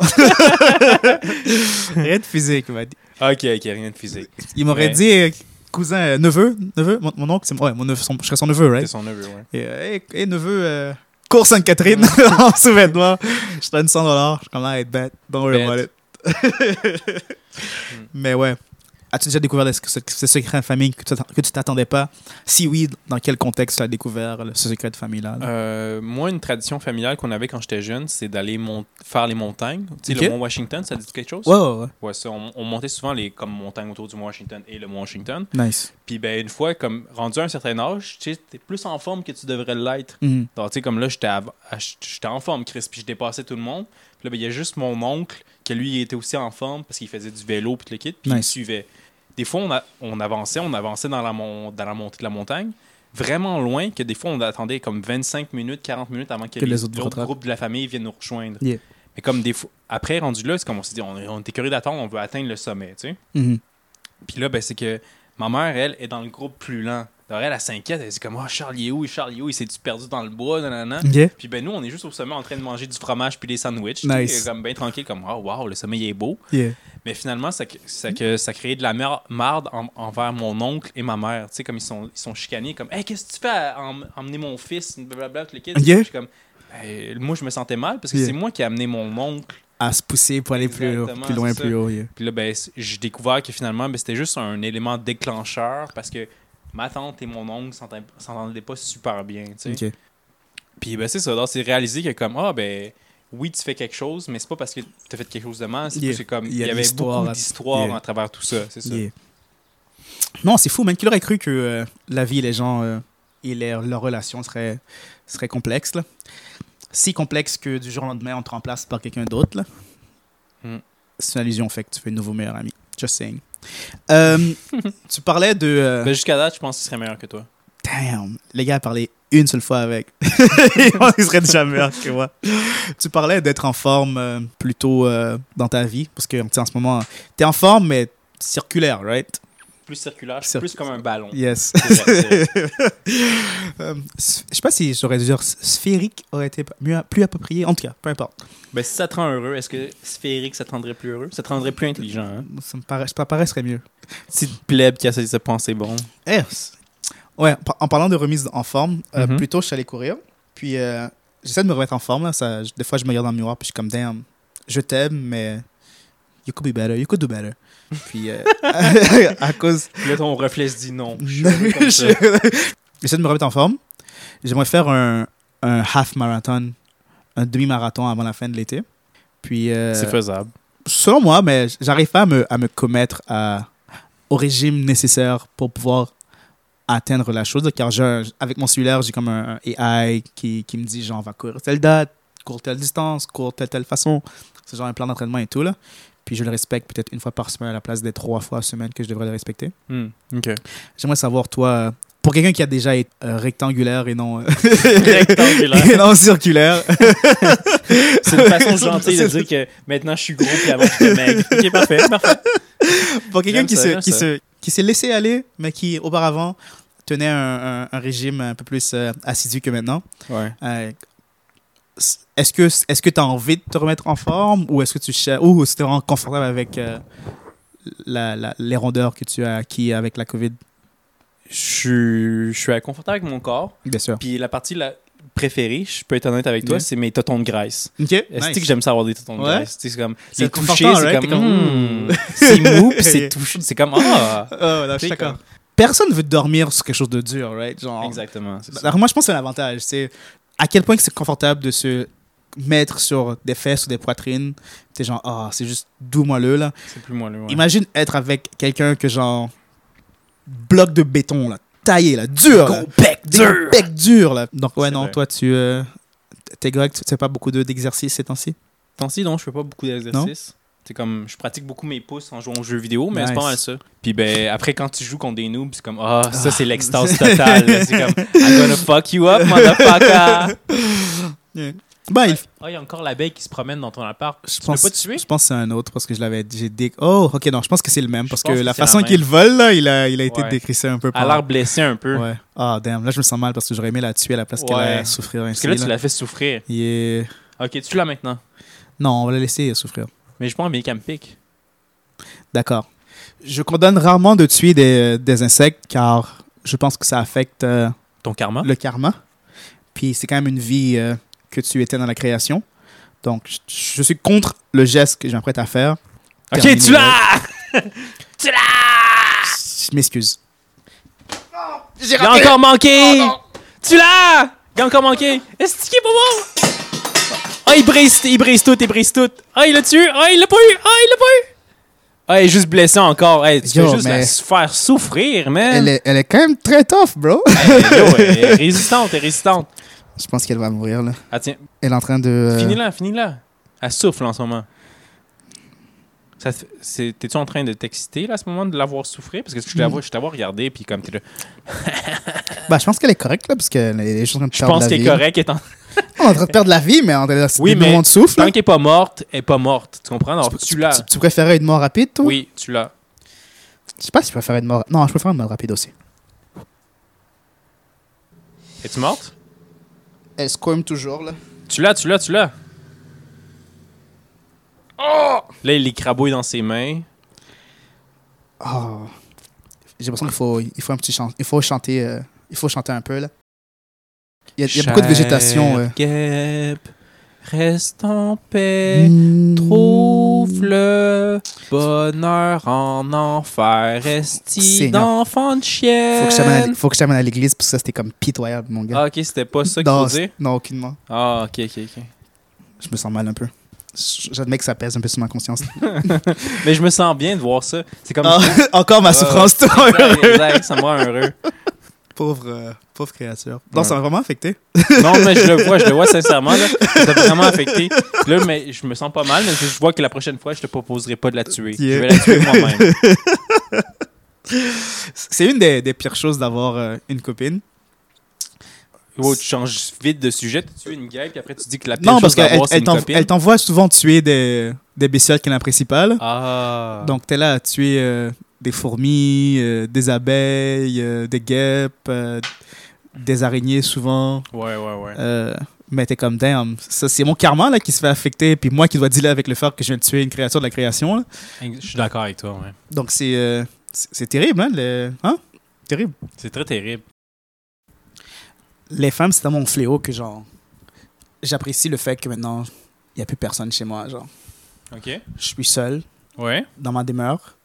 rien de physique, man.
Ok, ok, rien de physique.
Il m'aurait
Ouais.
dit, euh, cousin, euh, neveu, neveu, mon, mon oncle, c'est ouais, mon neveu, son- je serais son neveu,
C'est
right?
son neveu, ouais.
Et, euh, hey, hey, neveu, euh, cours Sainte-Catherine en sous-vêtements. Je donne 100 dollars, je commence à être bête. Don't worry
Bête.
about it. Mais ouais. As-tu déjà découvert ce, ce- ce secret de famille que tu t'attend- que tu t'attendais pas? Si oui, dans quel contexte tu as découvert le- ce secret de famille-là? là?
Euh, moi, une tradition familiale qu'on avait quand j'étais jeune, c'est d'aller mon- faire les montagnes. Tu sais,
Ok.
le Mont Washington, ça dit quelque chose?
Ouais, ouais, ouais.
Ouais, ça, on, on montait souvent les comme montagnes autour du Mont Washington et le Mont Washington.
Nice.
Puis ben une fois comme rendu à un certain âge, tu sais, t'es plus en forme que tu devrais l'être.
Mhm.
Donc tu sais comme là j'étais av- à- j'étais en forme Chris, puis je dépassais tout le monde. Puis là ben il y a juste mon oncle que lui il était aussi en forme parce qu'il faisait du vélo puis le kit, puis il me
Nice.
suivait. Des fois on, a- on avançait, on avançait dans la mon- dans la montée de la montagne, vraiment loin que des fois on attendait comme 25 minutes, 40 minutes avant que,
Que les
les
autres vous
autres
rattrapent.
groupes de la famille viennent nous rejoindre.
Yeah.
Mais comme des fois après rendu là, c'est comme on s'est dit on, on était curieux d'attendre, on veut atteindre le sommet, tu sais.
Mhm.
Puis là, ben, c'est que ma mère, elle, est dans le groupe plus lent. Alors, elle, elle s'inquiète. Elle dit comme, oh, Charles, il est où? Charles, il est où? Il s'est-tu perdu dans le bois? Nanana.
Ok.
Puis ben, nous, on est juste au sommet en train de manger du fromage puis des sandwichs. tu
Nice.
sais, Comme bien tranquille, comme, oh, wow, le sommet, il est beau.
Yeah.
Mais finalement, ça, que- ça, que, ça créait de la mer- marde en- envers mon oncle et ma mère. Tu sais, comme ils sont, ils sont chicanés, comme, hey, qu'est-ce que tu fais à em- emmener mon fils? Blablabla, tout le kit.
Yeah.
Je suis comme, Ben, moi, je me sentais mal parce que
Yeah.
c'est moi qui ai amené mon oncle.
À se pousser pour aller plus, haut,
Exactement,
plus loin,
c'est
plus
ça.
haut. yeah.
Puis là, ben, c- j'ai découvert que finalement, ben, c'était juste un élément déclencheur parce que ma tante et mon oncle s'entend- s'entendaient pas super bien. tu sais.
Ok.
Puis ben, c'est ça. Donc, c'est réalisé que comme, ah, ben, oui, tu fais quelque chose, mais c'est pas parce que tu as fait quelque chose de mal, c'est
Yeah.
parce que comme,
Il
il
y
y,
a
avait
l'histoire
beaucoup
à-
d'histoires
Yeah.
à travers tout ça. C'est ça.
Yeah. Non, c'est fou, même qu'il aurait cru que euh, la vie, les gens euh, et leur, leur relation serait, serait complexe. là. Si complexe que du jour au lendemain, on te remplace par quelqu'un d'autre. là.
Mm.
C'est une allusion fait que tu fais un nouveau meilleur ami. Just saying. Euh, tu parlais de. euh,
Ben, Jusqu'à date, je pense qu'il serait meilleur que toi.
Damn, les gars parlaient une seule fois avec. Ils seraient déjà meilleurs que moi. Tu parlais d'être en forme euh, plutôt euh, dans ta vie, parce que tu sais, en ce moment, t'es en forme, mais circulaire, right?
Plus circulaire, je suis
Cir-
plus comme un ballon.
Yes.
C'est vrai, c'est vrai.
Euh, s- je sais pas si j'aurais dû dire s- sphérique aurait été mieux, plus approprié. En tout cas, peu importe.
ben, si ça te rend heureux, est-ce que sphérique, ça te rendrait plus heureux? Ça te rendrait plus intelligent, hein?
Ça me paraît, ça me paraîtrait mieux.
Petite plèbe qui essaie de se penser bon.
Eh, c'est- Ouais, par- en parlant de remise en forme, euh,
Mhm.
plutôt je suis allé courir. Puis euh, j'essaie de me remettre en forme. Là, ça, je- des fois, je me regarde dans le miroir puis je suis comme, damn, je t'aime, mais you could be better, you could do better. Puis euh, à cause.
Puis là, ton reflet se dit non.
Euh.
Je suis heureux comme ça.
j'essaie de me remettre en forme. J'aimerais faire un, un half marathon, un demi-marathon avant la fin de l'été. Puis. euh,
C'est faisable.
selon moi, mais j'arrive pas à me, à me commettre à- au régime nécessaire pour pouvoir atteindre la chose. Car j'ai un- avec mon cellulaire, j'ai comme un, un AI qui, qui me dit genre, va courir telle date, cours telle distance, cours telle, telle façon. C'est genre un plan d'entraînement et tout. là. Puis je le respecte peut-être une fois par semaine à la place des trois fois par semaine que je devrais le respecter.
Hmm, OK.
J'aimerais savoir, toi, euh, pour quelqu'un qui a déjà été euh, rectangulaire et non, euh, et
Rectangulaire.
non circulaire,
C'est une façon gentille de dire que maintenant je suis gros puis avant j'étais maigre. OK, parfait, parfait.
pour quelqu'un
J'aime
qui
ça,
se-
j'aime
qui
ça.
se- qui s'est laissé aller, mais qui auparavant tenait un, un- un régime un peu plus euh, assidu que maintenant,
Ouais.
Euh, est-ce que est-ce que tu as envie de te remettre en forme ou est-ce que tu cher- ou si t'es vraiment confortable avec euh, la, la- les rondeurs que tu as acquis avec la Covid
Je suis- je suis confortable avec mon corps.
Bien sûr.
Puis la partie la préférée, je peux être honnête avec toi,
Ouais.
c'est mes totons de graisse.
OK.
Est-ce
nice.
que j'aime ça avoir des totons de
Ouais.
graisse? Tu sais, C'est comme
C'est
les
confortant,
toucher, c'est
right?
comme,
T'es comme,
hmm, c'est mou, puis c'est touché, c'est comme ah.
Oh, là, je suis
T'sais,
d'accord. Personne veut dormir sur quelque chose de dur, right? Genre,
Exactement. c'est ça.
Alors moi, je pense que c'est un avantage. C'est à quel point que c'est confortable de se mettre sur des fesses ou des poitrines. T'es genre, ah, c'est juste doux moelleux, là.
C'est plus moi le. ouais.
Imagine être avec quelqu'un que genre bloc de béton là, taillé là, dur, là,
Gros bec
euh, des
dur.
becs durs là. Donc ouais
C'est
non,
vrai.
toi tu euh, t'es grec, tu fais pas beaucoup de- d'exercices ces temps-ci.
Tansi, non, je fais pas beaucoup d'exercices. C'est comme, je pratique beaucoup mes pouces en jouant aux jeux vidéo, mais c'est pas
Nice.
mal ça. Puis ben, après, quand tu joues contre des noobs, c'est comme, ah, ça c'est l'extase totale. là. c'est comme, I'm gonna fuck you up, motherfucker.
Bah il-
Ah, il y a encore l'abeille qui se promène dans ton appart.
je
Tu peux
pense
pas te tuer?
je pense que c'est un autre parce que je l'avais j'ai dit oh ok non je pense que c'est le même
Je
parce que
pense que
la
c'est la
façon
même.
qu'il vole là il a il a été
Ouais.
décrissé un peu
À l'air blessé un peu.
ouais ah damn là je me sens mal parce que j'aurais aimé la tuer à la place qu'elle
Ouais.
a souffrir
Parce
ainsi
que là, tu
là.
l'as fait souffrir.
Yeah.
Ok, tu l'as maintenant.
non on va la laisser souffrir
Mais je pense bien qu'elle me pique.
D'accord. Je condamne rarement de tuer des, des insectes car je pense que ça affecte euh,
Ton karma?
le karma. Puis c'est quand même une vie euh, que tu étais dans la création. Donc je, je suis contre le geste que je m'apprête à faire.
Ok,
Terminé,
tu l'as! tu l'as!
Je m'excuse. J'ai Oh,
Il a encore manqué! tu l'as! Il a encore manqué! Est-ce qu'il est pas bon? Ah, il brise, il brise tout, il brise tout! Ah, il l'a tué! Ah, il l'a pas eu! Ah, il l'a pas eu! Ah, il est juste blessé encore. Hey, tu
Yo,
peux juste
mais-
la s- faire souffrir, man!
Elle est, elle est quand même très tough, bro.
Hey, yo, elle est résistante, elle est résistante.
Je pense qu'elle va mourir, là.
Ah, tiens,
Elle est en train de... euh,
finis-la, finis-la. Elle souffle en ce moment. Ça te- c'est- T'es-tu en train de t'exciter là, à ce moment de l'avoir souffrir? Parce que je t'avoue, je t'avoue regardé, puis comme t'es là.
Bah, je pense qu'elle est correcte, là, parce qu'elle est juste en train de
Je
perdre
pense
la vie.
qu'elle est correcte, étant
On est en train de perdre la vie, mais on est dans
Oui,
des
mais
moments de souffle.
Tant
là.
qu'elle est pas morte, elle est pas morte. Tu comprends? Alors, tu l'as.
tu, tu préférais une mort rapide, toi
Oui, tu l'as.
Je sais pas si je préfère une mort... Non, je préfère une mort rapide aussi.
Es-tu morte?
Elle squirme toujours, là.
Tu l'as, tu l'as, tu l'as. Oh! Là, il les crabouille dans ses mains.
Oh. J'ai l'impression qu'il faut, il faut un petit chant, il faut chanter, euh, il faut chanter un peu là. Il y a, il y a beaucoup de végétation. euh.
Chère guêpe, reste en paix.
Hmm.
Trouve le bonheur en enfer. Esti
Seigneur.
d'enfant de
Faut
chien.
que je t'amène à- faut que je t'amène à l'église parce que ça c'était comme pitoyable mon gars.
Ah, ok, c'était pas ça qu'il
non,
faut dire.
c'est- non aucunement.
Ah, ok, ok, ok.
Je me sens mal un peu. J- J'admets que ça pèse un peu sur ma conscience.
Mais je me sens bien de voir ça. C'est comme.
Ah, encore ma
Ouais,
souffrance, toi.
Exact, exact, ça me rend heureux.
Pauvre, euh, pauvre créature.
Ouais.
m'a vraiment affecté.
Non, mais je le vois, je le vois sincèrement. Là. Ça m'a vraiment affecté. Là, mais je me sens pas mal, mais je vois que la prochaine fois, je te proposerai pas de la tuer. Je vais la tuer moi-même.
C'est une des, des pires choses d'avoir euh, une copine.
Wow, tu changes vite de sujet, tu tues une gueule, puis après tu dis que la pire
Non, parce
chose à
qu'elle
voir, c'est
elle
une
t'en-
copine.
elle t'envoie souvent tuer des, des bestioles qu'elle apprécie pas. là.
Ah.
Donc, t'es là à tuer euh, des fourmis, euh, des abeilles, euh, des guêpes, euh, des araignées souvent.
Ouais, ouais, ouais.
Euh, mais t'es comme, damn, ça, c'est mon karma là, qui se fait affecter, puis moi qui dois dealer avec le fait que je viens de tuer une créature de la création. là.
Je suis d'accord avec toi, ouais.
Donc, c'est euh, c'est c'est terrible, hein? le- hein? Terrible.
C'est très terrible.
Les femmes, c'est tellement mon fléau que, genre, j'apprécie le fait que maintenant, il n'y a plus personne chez moi. Genre,
OK?
je suis seul.
Ouais.
dans ma demeure.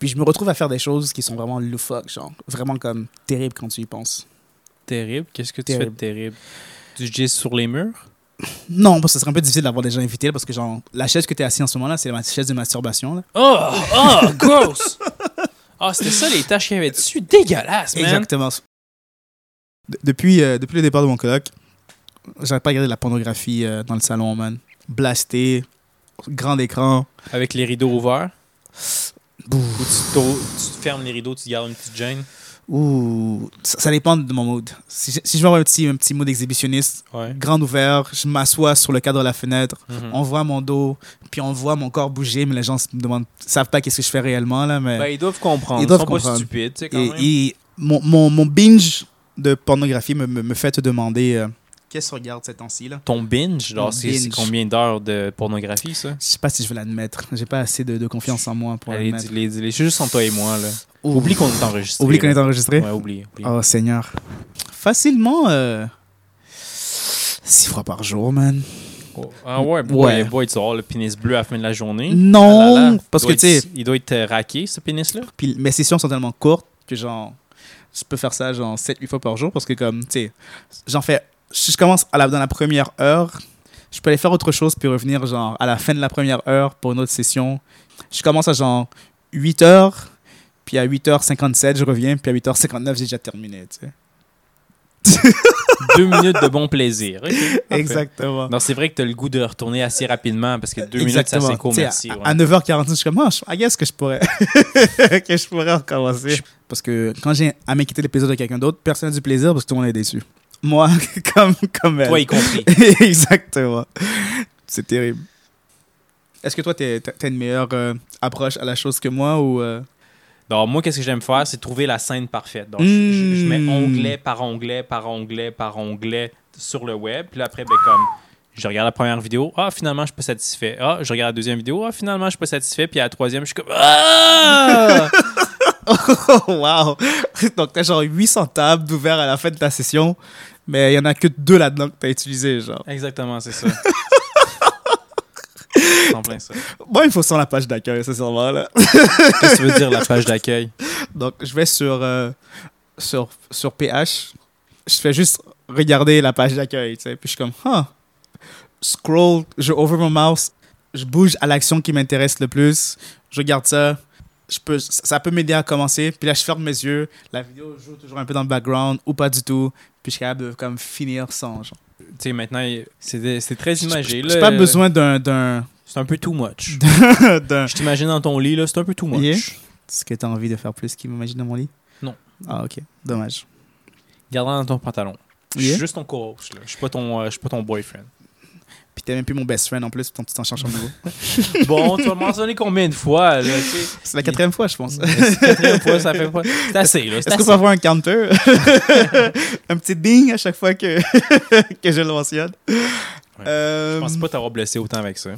Puis je me retrouve à faire des choses qui sont vraiment loufoques, genre vraiment comme terrible quand tu y penses.
Terrible. Qu'est-ce que tu
Terrible.
fais de terrible? Tu gis sur les murs?
Non, parce que ce serait un peu difficile d'avoir des gens invités là, parce que genre la chaise que tu es assis en ce moment là, c'est la chaise de masturbation. Là.
Oh! Oh! Gross! Ah, c'était ça les tâches qu'il y avait dessus? Dégueulasse, man!
Exactement. De- depuis, euh, depuis le départ de mon colloque, j'avais pas regardé de la pornographie euh, dans le salon, man. Blasté, grand écran.
Avec les rideaux ouverts.
Bouh.
Ou tu, t'au- tu te fermes les rideaux, tu gardes une petite gêne.
Ouh, ça, ça dépend de mon mood. Si je, si je veux avoir un petit, un petit mood exhibitionniste,
Ouais.
grand ouvert, je m'assois sur le cadre de la fenêtre,
Mhm.
on voit mon dos, puis on voit mon corps bouger, mais les gens se demandent, savent pas qu'est-ce que je fais réellement là, mais
Ben, ils doivent comprendre.
Ils
Ils,
doivent
sont
comprendre.
pas stupides, tu sais, quand
et,
même.
et mon, mon, mon binge de pornographie me, me, me fait te demander euh, qu'est-ce qu'on regarde ces temps-ci là.
Ton binge,
Mon
genre, c'est c'est
binge.
combien d'heures de pornographie, ça?
Je sais pas si je veux l'admettre, j'ai pas assez de, de confiance en moi pour
Allez,
l'admettre.
dis-les, dis-les. C'est juste entre toi et moi, là.
Ouh.
Oublie qu'on est enregistré.
Oublie qu'on est
là.
enregistré.
Ouais, oublie. oublie.
Oh Seigneur, facilement euh, six fois par jour, man.
Oh. Ah ouais, boy,
Ouais.
boy, tu vas avoir le pénis bleu à la fin de la journée.
Non,
Ah là là.
parce
Il
que
doit être-
tu sais,
Il doit être euh, raqué, ce pénis-là.
puis mes sessions sont tellement courtes que genre, je peux faire ça genre 7-8 fois par jour parce que comme, tu sais, j'en fais, si je commence à la, dans la première heure, je peux aller faire autre chose puis revenir genre à la fin de la première heure pour une autre session. Je commence à genre 8 heures, puis à 8h57 je reviens, puis à 8h59 j'ai déjà terminé, tu sais.
deux minutes de bon plaisir. Ok, parfait.
Exactement.
Non, c'est vrai que tu as le goût de retourner assez rapidement parce que deux minutes, c'est assez court,
Tu sais,
merci.
à-
ouais.
À 9h46, je suis comme, Ah, je- I guess que je pourrais, que je pourrais recommencer. Parce que quand j'ai à m'inquiéter des plaisirs de quelqu'un d'autre, personne n'a du plaisir parce que tout le monde est déçu. Moi, comme, comme elle.
Toi y compris.
Exactement. C'est terrible. Est-ce que toi, t'es- t'as t'as une meilleure euh, approche à la chose que moi ou. euh,
Donc, moi, qu'est-ce que j'aime faire, c'est trouver la scène parfaite. Donc, je- je, je mets
Mm.
onglet par onglet, par onglet, par onglet sur le web. Puis là, après, ben, comme, je regarde la première vidéo. Ah, finalement, je suis pas satisfait. Ah, je regarde la deuxième vidéo. Ah, finalement, je suis pas satisfait. Puis à la troisième, je suis comme, ah!
Oh, wow! Donc, t'as genre 800 tables d'ouvert à la fin de ta session, mais il y en a que deux là-dedans que t'as utilisé, genre.
Exactement, c'est ça. en plein ça.
Moi, il faut sur la page d'accueil, sincèrement, là.
Qu'est-ce que tu veux dire, la page d'accueil?
Donc, je vais sur, euh, sur, sur PH. Je fais juste regarder la page d'accueil, tu sais. Puis je suis comme, ah, scroll, je over mon mouse, je bouge à l'action qui m'intéresse le plus. Je regarde ça. Je peux, ça peut m'aider à commencer. Puis là, je ferme mes yeux. La vidéo joue toujours un peu dans le background ou pas du tout. Puis je suis capable de comme, finir sans. Genre.
Tu sais, maintenant, il- c'est c'est très imagé.
J'ai
là. euh,
pas besoin d'un. d'un,
C'est un peu too much.
d'un
Je t'imagine dans ton lit, là, c'est un peu too much.
Yeah. ce que t'as envie de faire plus qui m'imagine dans mon lit
Non.
Ah, ok. Dommage.
Garde-la dans ton pantalon. Je
Yeah.
suis juste ton co là. Je suis pas ton, euh, je suis pas ton boyfriend.
Puis t'es même plus mon best friend en plus, tant que tu t'en cherches un nouveau.
Bon, tu vas le mentionner combien de fois, là, tu sais?
C'est la quatrième fois, je pense.
C'est la quatrième fois, ça fait pas. C'est assez, là. C'est
Est-ce qu'on
assez.
peut avoir un counter Un petit ding à chaque fois que, que je le mentionne Euh,
Je pense pas t'avoir blessé autant avec ça.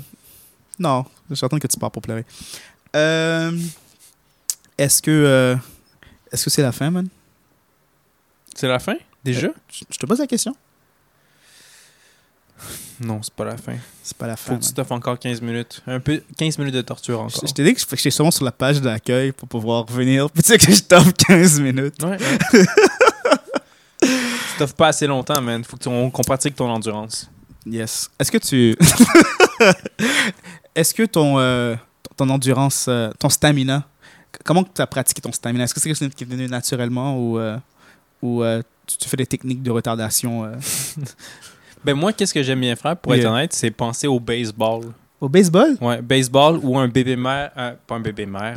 Non, j'attends que tu pars pour pleurer. Euh, Est-ce que euh, est-ce que c'est la fin, man
C'est la fin? Déjà?
Je je te pose la question.
Non, c'est pas la fin.
C'est pas la fin.
Faut que
man.
tu t'offres encore 15 minutes. Un peu 15 minutes de torture
Je,
encore.
je t'ai dit que je- que j'étais sûrement sur la page d'accueil pour pouvoir venir. Puis tu sais que je t'offre 15 minutes.
Ouais. ouais. tu t'offres pas assez longtemps, man. Faut que tu- on- qu'on pratique ton endurance.
Yes. Est-ce que tu. Est-ce que ton, euh, ton endurance, euh, ton stamina, c- comment tu as pratiqué ton stamina Est-ce que c'est quelque chose qui est venu naturellement ou, euh, ou euh, tu, tu fais des techniques de retardation euh?
Ben, moi, qu'est-ce que j'aime bien faire, pour être
Yeah.
honnête, c'est penser au baseball.
Au baseball
Ouais, baseball ou un bébé mère, euh, pas un bébé mère,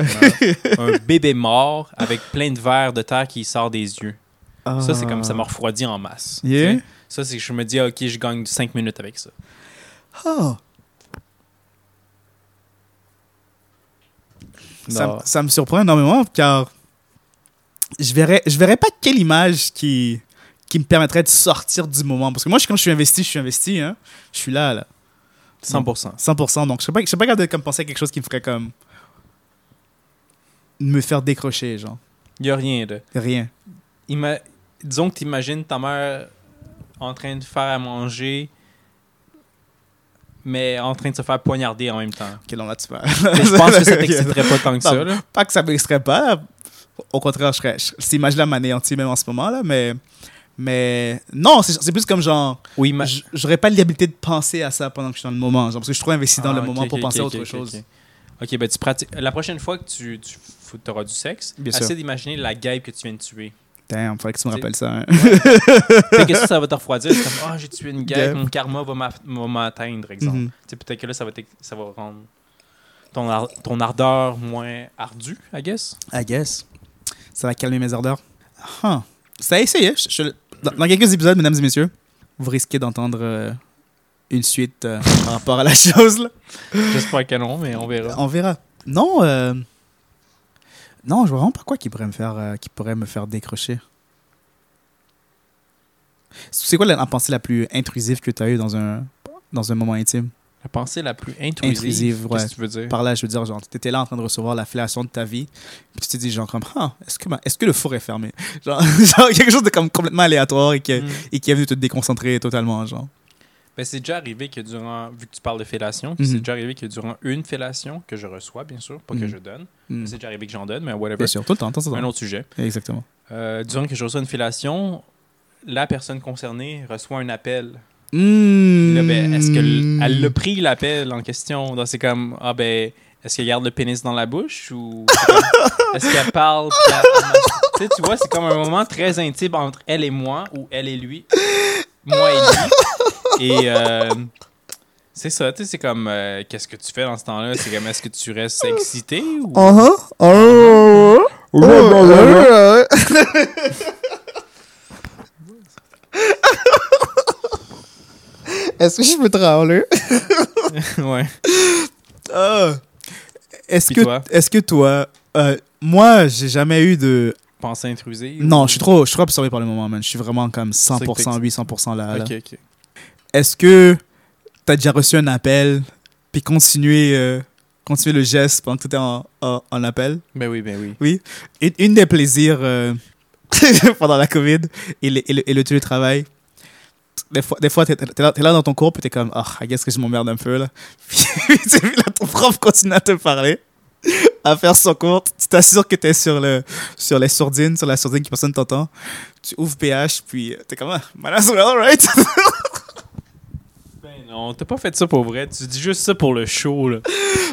un, un bébé mort avec plein de verres de terre qui sort des yeux. Ça, c'est comme ça me refroidit en masse.
Ah. Yeah.
tu sais. Ça, c'est que je me dis, ah, ok, je gagne 5 minutes avec ça.
Oh. Ça,
Non.
m- ça me surprend énormément car je verrais, je verrais pas quelle image qui, qui me permettrait de sortir du moment. Parce que moi, je- quand je suis investi, je suis investi. Hein. Je suis là, là.
100%.
100%. Donc, je sais pas, je sais pas capable de comme, penser à quelque chose qui me ferait comme. me faire décrocher, genre.
Il n'y a rien de.
Rien.
Ima- Disons que tu imagines ta mère en train de faire à manger, mais en train de se faire poignarder en même temps.
Ok, non, là, tu vas.
Mais je pense que ça t'exciterait pas tant que ça.
Non.
là.
Pas que ça m'exciterait pas. Au contraire, je serais. je- Cette image-là m'anéantit même en ce moment, là, mais. Mais non, c'est c'est plus comme genre,
Ou ima-
j- j'aurais pas l'habilité de penser à ça pendant que je suis dans le moment, genre, parce que je suis trop investi dans
Ah,
le
ok,
moment pour
ok,
penser
ok,
à autre
ok,
chose.
ok. Ok, ben tu pratiques. La prochaine fois que tu, tu auras du sexe,
Bien sûr.
essaie d'imaginer la guêpe que tu viens de tuer.
Damn, faudrait que tu me
Tu-
rappelles ça. hein.
Fait que ça, ça va te refroidir. C'est comme, ah, j'ai tué une guerre,
Yeah.
mon karma va m'a- va m'atteindre, exemple.
Mhm.
Tu sais, Peut-être que là, ça va, t'ex- ça va rendre ton, ar- ton ardeur moins ardue, I guess.
I guess. Ça va calmer mes ardeurs. Huh. Ça a essayé. Je- je- dans, dans quelques épisodes, mesdames et messieurs, vous risquez d'entendre euh, une suite euh, par rapport à la chose. là.
J'espère que non, mais on verra.
On verra. Non, euh, non, je vois vraiment pas quoi qui pourrait me faire, euh, qui pourrait me faire décrocher. C'est quoi la, la pensée la plus intrusive que tu as eue dans un, dans un moment intime?
La pensée la plus intrusive,
Intrusive, ouais.
qu'est-ce que tu veux dire?
Par là, je veux dire, genre, t'étais là en train de recevoir la fellation de ta vie, puis tu t'es dit, genre, comme, ah, est-ce que, ma- est-ce que le four est fermé? Genre, genre, quelque chose de comme complètement aléatoire et qui,
Mhm.
et qui est venu te déconcentrer totalement, genre.
Ben, c'est déjà arrivé que durant, vu que tu parles de fellation,
Mhm.
c'est déjà arrivé que durant une fellation que je reçois, bien sûr, pas
Mhm.
que je donne,
Mhm.
c'est déjà arrivé que j'en donne, mais whatever,
Bien sûr, tout le temps, tout le
un
temps.
autre sujet.
Exactement.
Euh, durant que je reçois une fellation, la personne concernée reçoit un appel. Là, ben, est-ce
Mhm.
qu'elle a pris l'appel en question? Donc, c'est comme, ah ben, est-ce qu'elle garde le pénis dans la bouche ou c'est comme, est-ce qu'elle parle? puis elle- tu sais, tu vois, c'est comme un moment très intime entre elle et moi ou elle et lui, moi et lui. Et euh, c'est ça, tu sais, c'est comme, euh, qu'est-ce que tu fais dans ce temps-là? C'est comme, est-ce que tu restes excité ou.
Uh-huh. Oh. Est-ce que je peux te râler?
ouais.
Ah. Est-ce
Puis
que,
toi?
est-ce que toi, euh, moi, j'ai jamais eu de.
Pensée intrusive? ou-
Non, je suis trop, je suis trop absorbé par le moment, man. Je suis vraiment comme
que
100%,
t'es-
800% là. là.
Ok, ok.
Est-ce que t'as déjà reçu un appel, puis continué, euh, continué le geste pendant que t'étais en, en, en appel?
Ben oui, ben oui.
Une, une des plaisirs euh, pendant la COVID et le, et le, et le télétravail. Des fois, des fois t'es, t'es là, t'es là dans ton cours, puis t'es comme, ah, I guess que je m'emmerde un peu, là. Puis tu sais, là, ton prof continue à te parler, à faire son cours. Tu t'assures que t'es sur, le, sur les sourdines, sur la sourdine que personne t'entend. Tu ouvres PH, puis euh, t'es comme, ah, might as well, right?
Ben non, t'as pas fait ça pour vrai. Tu dis juste ça pour le show, là.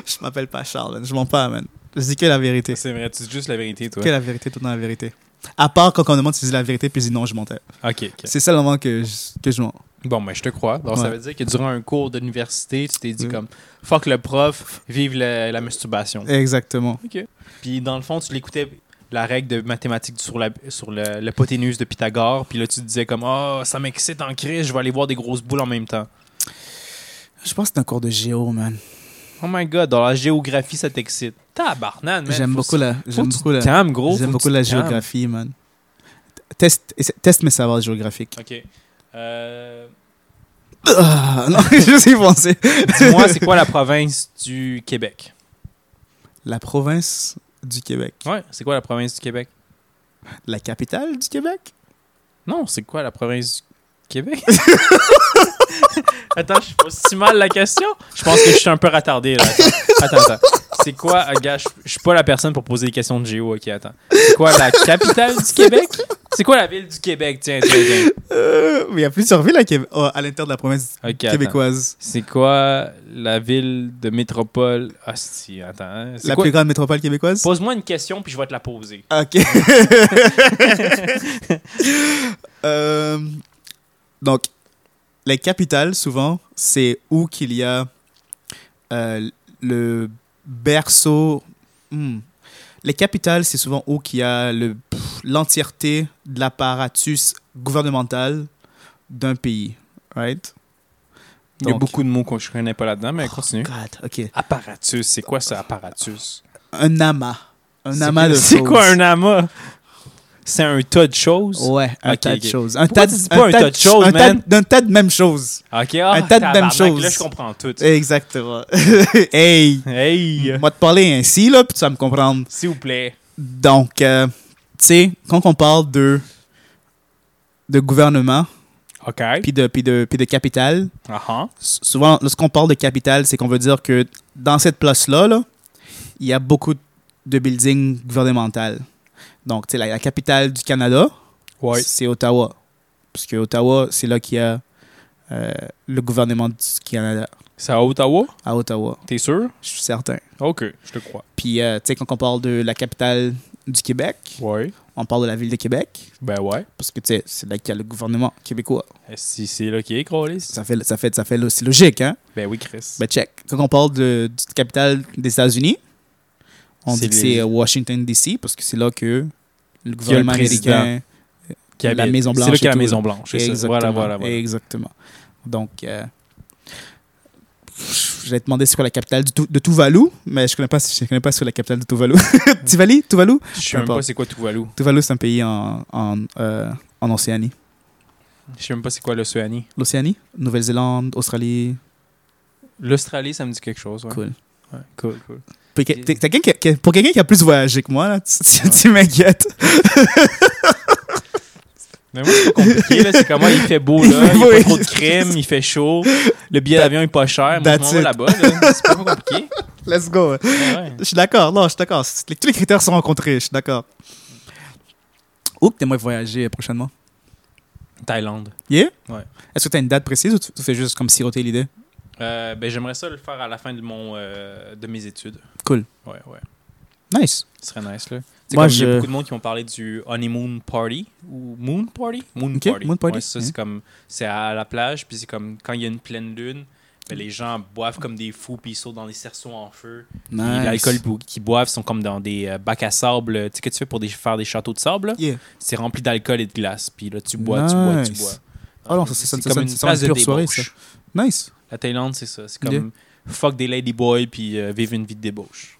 je m'appelle pas Charles, man. je mens pas, man. Je dis que la vérité.
C'est vrai, tu dis juste la vérité, toi.
Que la vérité, tout dans la vérité. À part quand on me demande si je dis la vérité, puis je dis non, je mentais.
Ok, ok.
C'est ça le moment que je, que je mens.
Bon, ben je te crois. Donc, ça
Ouais. Mm.
veut dire que durant un cours d'université, tu t'es dit
Oui.
comme fuck le prof, vive la, la masturbation.
Euh. Exactement.
Puis dans le fond, tu l'écoutais la règle de mathématiques sur, la, sur le, le hypoténuse de Pythagore. Puis là, tu te disais comme oh, ça m'excite en crise, je vais aller voir des grosses boules en même temps.
Je pense que c'est un cours de géo, man.
Oh my god, dans la géographie, ça t'excite. Tabarnane, man.
J'aime
Faut
beaucoup
se-
la,
Faut
j'aime
que tu
beaucoup
te
la,
calmes, gros.
j'aime
Faut que
beaucoup
tu
la
te calmes.
géographie, man. Teste, essa- teste mes savoirs géographiques.
Ok. Euh,
Ah, non, je sais y penser.
Dis-moi, c'est quoi la province du Québec?
La province du Québec.
Ouais, c'est quoi la province du Québec?
La capitale du Québec?
Non, c'est quoi la province du Québec? attends, je pose si mal la question. Je pense que je suis un peu retardé là. Attends, attends. attends. C'est quoi, euh, gars, je je suis pas la personne pour poser des questions de géo. Ok, attends. C'est quoi la capitale du Québec? C'est quoi la ville du Québec? Tiens, tiens, tiens.
Euh, mais il y a plusieurs villes à, Québec- oh, à l'intérieur de la province
Ok, attends.
québécoise.
C'est quoi la ville de métropole? Ah, si, attends. hein. C'est
La
quoi-
plus grande métropole québécoise?
Pose-moi une question puis je vais te la poser.
Ok. Euh, donc, les capitales, souvent, c'est où qu'il y a euh, le berceau. Hmm. Les capitales, c'est souvent où qu'il y a le- pff, l'entièreté de l'apparatus gouvernemental d'un pays. Right?
Il y a
Donc-
beaucoup de mots que je connais pas là-dedans, mais continue.
Oh, God, ok.
Apparatus, c'est quoi ça, apparatus?
Un amas. Un
C'est-
amas de
C'est
choses. Oh.
quoi un amas? C'est un tas de choses?
Ouais, un
Ok,
tas
ok.
de choses. Un
Pourquoi
tas de-
tu dis pas un tas de
ch-
choses,
un tas
man?
de- Un tas de mêmes choses.
Ok, ah,
Un tas de
tabarnak,
mêmes choses.
Là, je comprends tout.
Exactement. hey,
Hey! euh,
moi te parler ainsi, là, puis tu vas me comprendre.
S'il vous plaît.
Donc, euh, tu sais, quand on parle de, de gouvernement,
Ok.
puis de, puis de, puis de capital,
Ah
s- souvent, lorsqu'on parle de capital, c'est qu'on veut dire que dans cette place-là, là, il y a beaucoup de buildings gouvernementales. Donc, tu sais, la, la capitale du Canada,
Ouais.
c'est Ottawa. Parce que Ottawa, c'est là qu'il y a euh, le gouvernement du Canada,
C'est à Ottawa?
à Ottawa,
T'es sûr?
je suis certain.
Ok, je te crois.
Puis, euh, tu sais, quand on parle de la capitale du Québec.
Ouais.
On parle de la ville de Québec,
Ben ouais.
parce que tu sais, c'est là qu'il y a le gouvernement québécois.
Eh, Si c'est là qui est crawlé.
Ça fait, ça fait, ça fait, c'est logique, hein?
Ben oui, Chris.
Ben check. Quand on parle de, du capitale des États-Unis, on
C'est
dit que
les-
c'est euh, Washington D.C. parce que c'est là que le gouvernement
président
américain
Qui
la
habite-
Maison
C'est là
Blanche
qu'il y
et
a la
tout,
Maison Blanche. c'est ça.
Exactement.
Voilà, voilà, voilà.
Exactement. Donc, euh, j'allais te demander c'est quoi la capitale du Tou- de Tuvalu, mais je connais pas, je connais pas sur la capitale de Tuvalu. Tivali, Tuvalu.
Je sais même
Peu importe.
pas c'est quoi Tuvalu.
Tuvalu, c'est un pays en, en, euh, en Océanie.
Je sais même pas c'est quoi l'Océanie.
L'Océanie, Nouvelle-Zélande, Australie.
L'Australie, ça me dit quelque chose. ouais.
Cool.
Ouais, cool, cool.
Pour que- t'es- t'es quelqu'un qui a- qui a- pour quelqu'un qui a plus voyagé que moi, là, tu, tu-
Ouais.
tu m'inquiètes.
Mais moi, c'est pas compliqué. là. C'est comment il fait beau, là. Il
Oui.
fait trop de crème, il fait chaud. Le billet d'avion est pas cher. Moi, je m'en
That's
vais
it.
là-bas. là. C'est pas compliqué.
Let's go.
Ouais, ouais.
Je suis d'accord. Non, je suis d'accord. C'est- Tous les critères sont rencontrés. Je suis d'accord. Où que t'aimerais voyager prochainement?
Thaïlande.
Yeah?
Ouais.
Est-ce que tu as une date précise ou tu tu fais juste comme siroter l'idée?
Euh, ben, j'aimerais ça le faire à la fin de, mon, euh, de mes études.
Cool.
Ouais, ouais.
Nice.
Ce serait nice, là. Tu sais,
Moi,
comme il y
je-
a beaucoup de monde qui ont parlé du honeymoon party ou moon party? Moon
Ok,
party.
moon party.
Ouais, ça,
Mhm.
c'est comme, c'est à la plage, puis c'est comme quand il y a une pleine lune, ben, les gens boivent comme des fous, puis ils sautent dans des cerceaux en feu. Puis L'alcool bou- qu'ils boivent sont comme dans des euh, bacs à sable, euh, tu sais, que tu fais pour des- faire des châteaux de sable, là?
Yeah.
C'est rempli d'alcool et de glace, puis là, tu bois, tu bois, tu
Nice.
bois.
Ah non, ça, ça, ça, ça, ça, ça,
place
c'est
de
une pure soirée,
débauche.
Nice.
La Thaïlande, c'est ça. C'est comme
Yeah.
fuck des ladyboys, puis euh, vivre une vie de débauche.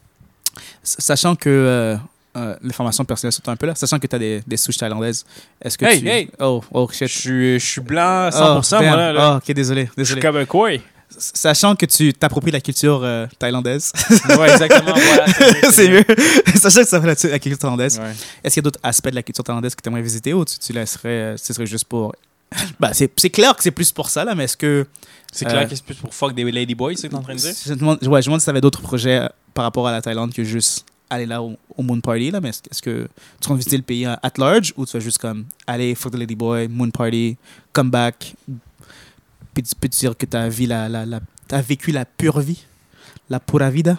S- Sachant que euh, euh, les formations personnelles sont un peu là, sachant que tu as des, des souches thaïlandaises, est-ce que
Hey,
tu.
hey!
Oh, oh,
Je
shit.
suis, je suis blanc 100%,
Oh,
moi,
damn.
là. là.
Oh, ok, désolé.
je suis
désolé.
comme un quoi?
S- Sachant que tu t'appropries la culture euh, thaïlandaise,
Ouais, exactement. Voilà,
c'est mieux. Sachant que ça fait la, la culture thaïlandaise,
Ouais.
Est-ce qu'il y a d'autres aspects de la culture thaïlandaise que tu aimerais visiter ou tu, tu laisserais, euh, ce serait juste pour. Bah, c'est c'est clair que c'est plus pour ça, là, mais est-ce que.
C'est
Euh,
clair que c'est plus pour fuck des ladyboys, c'est ce que t'es en train de dire?
Je me demande, ouais, je me demande si tu avais d'autres projets euh, par rapport à la Thaïlande que juste aller là au, au Moon Party, là, mais est-ce est-ce que tu vas visiter le pays euh, at large ou tu vas juste comme aller fuck the Lady Boy, Moon Party, come back, puis tu peux te dire que tu as, la, la, la, t'as vécu la pure vie, la pura vida?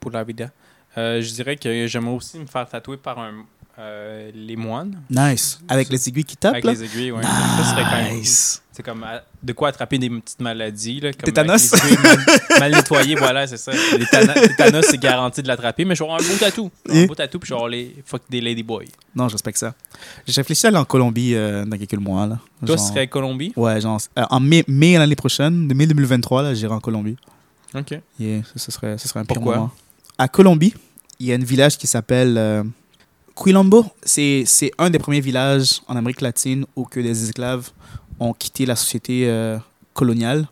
Pour la vida. Euh, je dirais que j'aimerais aussi me faire tatouer par un, euh, les moines.
Nice. Avec les aiguilles qui tapent,
avec
là?
les aiguilles, ouais. Ça serait quand même.
Nice.
C'est comme à- de quoi attraper des petites maladies. Là, comme
Tétanos.
avec les aiguilles mal, mal nettoyées, voilà, c'est ça. Les tana- tétanos, c'est garanti de l'attraper, mais je vais avoir un beau tatou. Je vais avoir
Et-
Un beau tatou, puis je vais avoir les fuck des ladyboys.
Non, je respecte ça. J'ai réfléchi à aller en Colombie euh, dans quelques mois. Là.
Toi, ce
Genre-
serait Colombie.
Ouais, genre euh, en mai, mai l'année prochaine, de mai 2023, là, j'irai en Colombie.
Ok.
Yeah, ça, ce serait, ce serait un pire
Pourquoi?
moment. À Colombie, il y a un village qui s'appelle euh, Cuilambo. C'est c'est un des premiers villages en Amérique latine où que des esclaves ont quitté la société euh, coloniale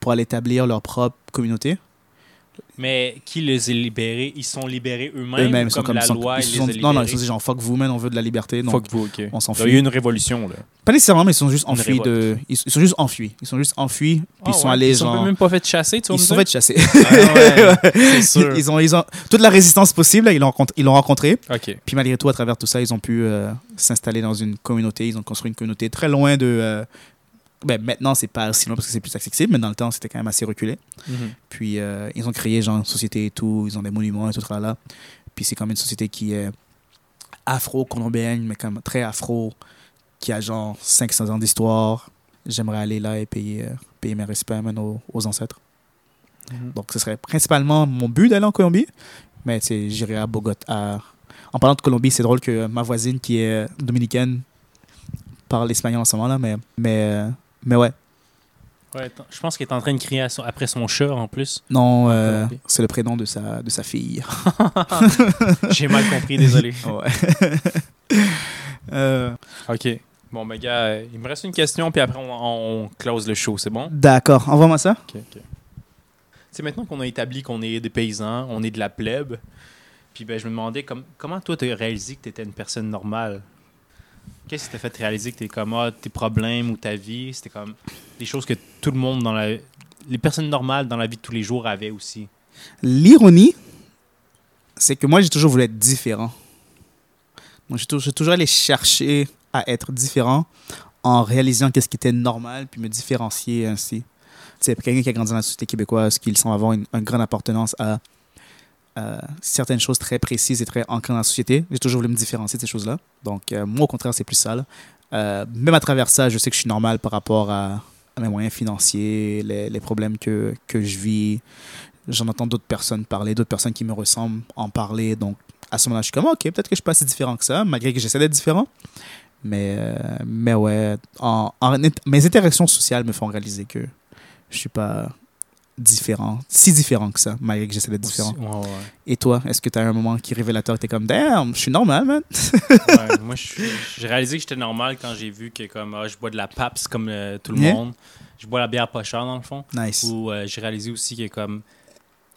pour aller établir leur propre communauté.
Mais qui les a libérés Ils sont libérés eux-mêmes.
Eux-mêmes,
ou
ils sont
comme,
comme
la
ils sont-
loi,
ils
ils
se
les
sont
a
dit, Non, non, ils se
libérés?
sont dit genre fuck vous, man, on veut de la liberté. Donc,
Fuck vous, ok.
on s'enfuit.
Il y a eu une révolution, là.
Pas nécessairement, mais ils sont juste
Une Ah
enfuis de. Ils, ils sont juste enfuis. Ils sont juste enfuis, puis ils sont allés
Oh, Ils sont
genre.
même pas fait chasser, tu vois.
Ils se sont fait chasser.
c'est sûr.
Ils ont, ils ont toute la résistance possible, ils l'ont rencontré, ils l'ont rencontré.
Ok.
Puis malgré tout, à travers tout ça, ils ont pu euh, s'installer dans une communauté. Ils ont construit une communauté très loin de. euh, ben, maintenant, c'est pas si loin parce que c'est plus accessible, mais dans le temps, c'était quand même assez reculé.
Mhm.
Puis euh, ils ont créé genre une société et tout. Ils ont des monuments et tout là là. Puis c'est comme une société qui est afro-colombienne, mais comme très afro, qui a genre 500 ans d'histoire. J'aimerais aller là et payer, euh, payer mes respects man, aux- aux ancêtres. Donc, ce serait principalement mon but d'aller en Colombie. Mais tu sais, j'irai à Bogota. En parlant de Colombie, c'est drôle que euh, ma voisine qui est dominicaine parle espagnol en ce moment-là. Mais, mais, euh, mais ouais,
Ouais, attends, je pense qu'il est en train de crier à son- après son chat en plus.
non, euh,
Colombie.
c'est le prénom de sa, de sa fille.
J'ai mal compris, désolé.
Ouais. Euh,
ok. Bon, mes gars, euh, il me reste une question, puis après, on, on close le show, c'est bon?
D'accord, envoie-moi ça.
Ok, ok. C'est maintenant qu'on a établi qu'on est des paysans, on est de la plèbe. Puis ben, je me demandais comme, comment toi t'as réalisé que t'étais une personne normale. Qu'est-ce qui t'a fait réaliser que t'es comme ah, tes problèmes ou ta vie, c'était comme des choses que tout le monde dans la les personnes normales dans la vie de tous les jours avaient aussi.
L'ironie, c'est que moi, j'ai toujours voulu être différent. Donc, j'ai tou- j'ai toujours allé chercher à être différent en réalisant qu'est-ce qui était normal, puis me différencier ainsi. C'est quelqu'un qui a grandi dans la société québécoise, qui semble avoir une, une grande appartenance à euh, certaines choses très précises et très ancrées dans la société. J'ai toujours voulu me différencier de ces choses-là. Donc, euh, moi, au contraire, c'est plus sale. Euh, même à travers ça, je sais que je suis normal par rapport à, à mes moyens financiers, les, les problèmes que, que je vis. J'en entends d'autres personnes parler, d'autres personnes qui me ressemblent en parler. Donc, à ce moment-là, je suis comme, OK, peut-être que je suis pas si différent que ça, malgré que j'essaie d'être différent. Mais, euh, mais ouais, en, en- mes interactions sociales me font réaliser que je suis pas différent, si différent que ça, malgré que j'essaie d'être différent.
Aussi- ouais, ouais.
Et toi, est-ce que tu as un moment qui est révélateur, tu es comme, damn, je suis normal, man?
Ouais, moi, je suis- j'ai réalisé que j'étais normal quand j'ai vu que comme ah, je bois de la PAPS comme euh, tout le
Yeah.
monde. Je bois la bière pas chère, dans le fond.
Nice.
Ou euh, j'ai réalisé aussi que comme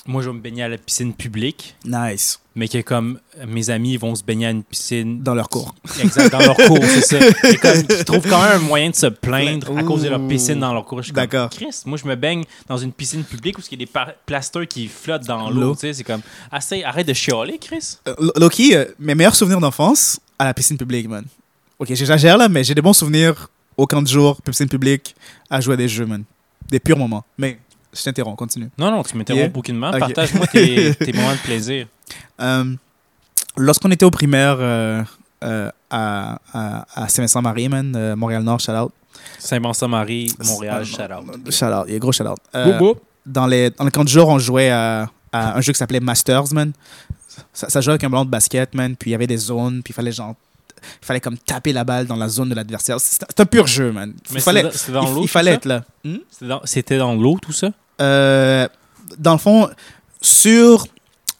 moi, je vais me baigner à la piscine publique,
Nice.
mais que comme mes amis ils vont se baigner à une piscine
Dans leur cours.
Exact, dans leur cours, c'est ça. Et comme, ils trouvent quand même un moyen de se plaindre à
Ouh.
cause de leur piscine dans leur cours. Je suis comme,
D'accord.
Christ, moi, je me baigne dans une piscine publique où il y a des pa- plasteurs qui flottent dans
L'eau.
l'eau. tu sais, C'est comme, assez, arrête de chialer, Chris.
Euh, Lo- Loki, euh, mes meilleurs souvenirs d'enfance à la piscine publique, man. Ok, j'exagère là, mais j'ai des bons souvenirs au camp de jour, piscine publique, à jouer à des jeux, man. Des purs moments. Mais je t'interromps, continue.
Non, non, tu m'interromps
Yeah.
aucunement.
Ok.
Partage-moi tes, tes moments de plaisir.
Euh, lorsqu'on était au primaire euh, euh, à, à, à Saint-Vincent-Marie, man, euh, Montréal-Nord, shout-out.
Saint-Vincent-Marie, Montréal, shout-out.
Shout-out, il y a gros shout-out. Euh,
Boop, boop.
dans, les, dans le camp de jour, on jouait à, à un jeu qui s'appelait Masters, man. Ça, ça jouait avec un ballon de basket, man. Puis il y avait des zones, puis il fallait genre... Il fallait comme taper la balle dans la zone de l'adversaire. C'est c'est un pur jeu, man.
Mais
Il fallait,
c'était dans- c'était dans
il-
l'eau.
il
tout
fallait
ça?
être là. Hmm?
C'était dans- C'était dans l'eau, tout ça?
Euh, dans le fond, sur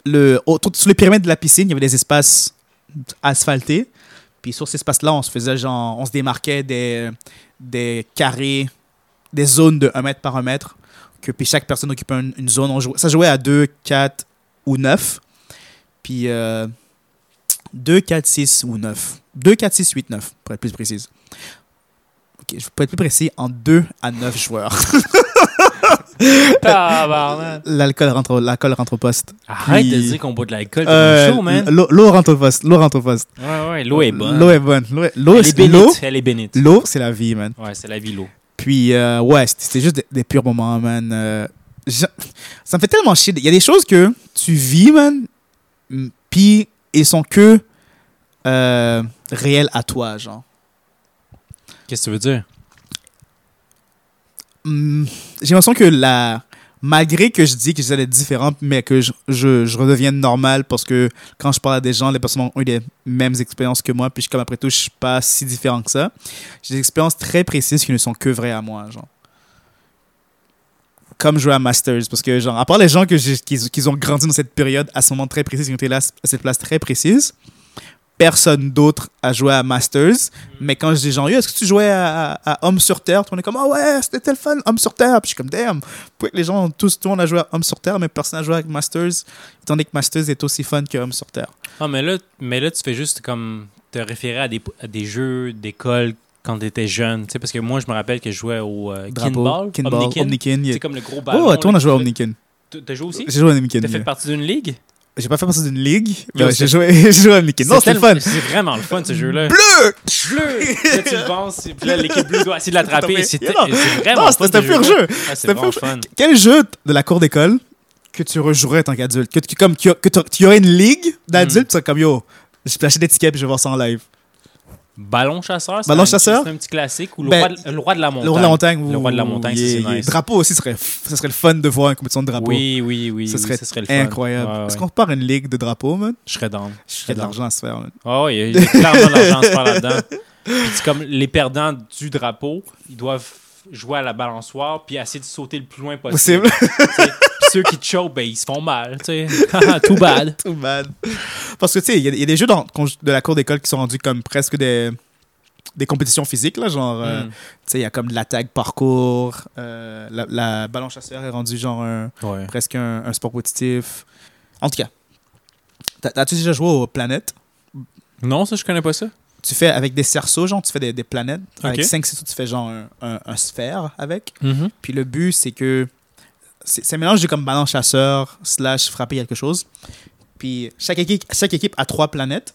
le, autour, sur le périmètre de la piscine, il y avait des espaces asphaltés. Puis sur ces espaces-là, on se faisait genre, on se démarquait des, des carrés, des zones de 1 mètre par 1 mètre. Que, puis chaque personne occupait une, une zone. On jouait- ça jouait à 2, 4 ou 9. Puis euh, 2, 4, 6 ou 9. 2, 4, 6, 8, 9, pour être plus précise. Ok, je peux être plus précis, en 2 à 9 joueurs.
Tabarnak.
L'alcool rentre, au- l'alcool rentre au poste.
Arrête
Puis-
de dire qu'on boit de l'alcool.
Euh,
c'est chaud, man.
l'eau l'eau rentre au poste. L'eau rentre au poste.
Ouais, ouais, l'eau est bonne.
L'eau est bonne. L'eau est- l'eau,
Elle est
c'est- l'eau-
bénite. Elle est bénite.
l'eau, c'est la vie, man.
Ouais, c'est la vie, l'eau.
Puis, euh, ouais, c'était c'était juste des, des purs moments, man. Euh, je- ça me fait tellement chier. Il y a des choses que tu vis, man, m- puis ils sont que euh, réels à toi, genre.
Qu'est-ce que tu veux dire?
Hmm, j'ai l'impression que la malgré que je dis que j'essaie d'être différent mais que je, je, je redevienne normal parce que quand je parle à des gens les personnes ont eu les mêmes expériences que moi puis je- comme après tout je suis pas si différent que ça j'ai des expériences très précises qui ne sont que vraies à moi genre comme jouer à Masters parce que genre à part les gens que j'ai- qui, qui ont grandi dans cette période à ce moment très précis qui ont été là à cette place très précise personne d'autre a joué à Masters mais quand je dis genre, Yo, est-ce que tu jouais à, à, à Homme sur Terre Tout le monde est comme, ah ouais, c'était tel fun, Homme sur Terre. Puis je suis comme, damn, pourquoi que les gens, tous, tout le monde a joué à Homme sur Terre, mais personne n'a joué avec Masters, étant donné que Masters est aussi fun que Homme sur Terre.
Non, mais là, mais là, tu fais juste comme te référer à des, à des jeux d'école quand tu étais jeune. Tu sais, parce que moi, je me rappelle que je jouais au euh, Kinball.
Kinball,
Omnikin.
Omnikin.
C'est
yeah.
comme le gros ballon.
Oh, toi, on a
là,
joué à
que tu
Omnikin.
fais- T'as joué aussi?
J'ai joué à Omnikin.
T'as fait
yeah.
partie d'une ligue?
J'ai pas fait partie d'une ligue, mais
Yo,
ouais, j'ai
c'est-
joué, j'ai joué à Omnikin. Non, c'était le fun.
tellement- C'est vraiment le fun, ce jeu-là.
Bleu
Bleu! là, tu le lances, puis là, l'équipe bleue doit essayer de
Tomber.
l'attraper. C'était
Non,
c'est vraiment
Non,
fun,
c'était un
ce
pur
jeu-là.
jeu.
Ah,
C'était
C'est
un
vraiment
pur
fun.
Quel jeu de la cour d'école que tu rejouerais en tant qu'adulte que, tu- comme, que, que tu- tu aurais une ligue
Hmm.
d'adultes, tu serais comme, yo, je peux acheter des tickets puis je vais voir ça en live.
Ballon chasseur, c'est
Ballon
un-
chasseur?
c'est un petit classique. Ou le,
Ben,
roi de, le roi de la montagne.
Le roi de la montagne.
Le roi de la
ouh,
montagne, ça,
yeah,
c'est
yeah.
nice.
Drapeau aussi, serait, f- ça serait le fun de voir une compétition de drapeau.
Oui, oui, oui.
ça
oui,
serait,
ça serait le fun.
incroyable.
Ouais, ouais.
Est-ce qu'on part une ligue de drapeau, man?
Je serais down.
Il y a de
down.
l'argent à se faire, man.
Ah oui, il y a clairement de l'argent à se faire là-dedans. Puis c'est comme les perdants du drapeau, ils doivent jouer à la balançoire puis essayer de sauter le plus loin possible.
Possible.
tu sais. Puis ceux qui te chopent, ben, ils se font mal. tu sais. Too bad.
Too bad. Parce que, tu sais, il y, a- il y a des jeux dans- qu'on- de la cour d'école qui sont rendus comme presque des, des compétitions physiques, là, genre, euh,
Mm.
tu sais, il y a comme de la tag parcours, euh, la, la ballon chasseur est rendu genre un-
Ouais.
presque un, un sport compétitif. En tout cas, t'as- t'as-tu déjà joué aux planètes?
Non, ça, je connais pas ça.
tu fais avec des cerceaux, genre, tu fais des, des planètes. Avec
Ok.
5 cerceaux, tu fais genre un, un- un sphère avec. Puis le but, c'est que. C'est c'est un mélange de comme ballon chasseur, slash frapper quelque chose. Puis chaque équipe, chaque équipe a 3 planètes.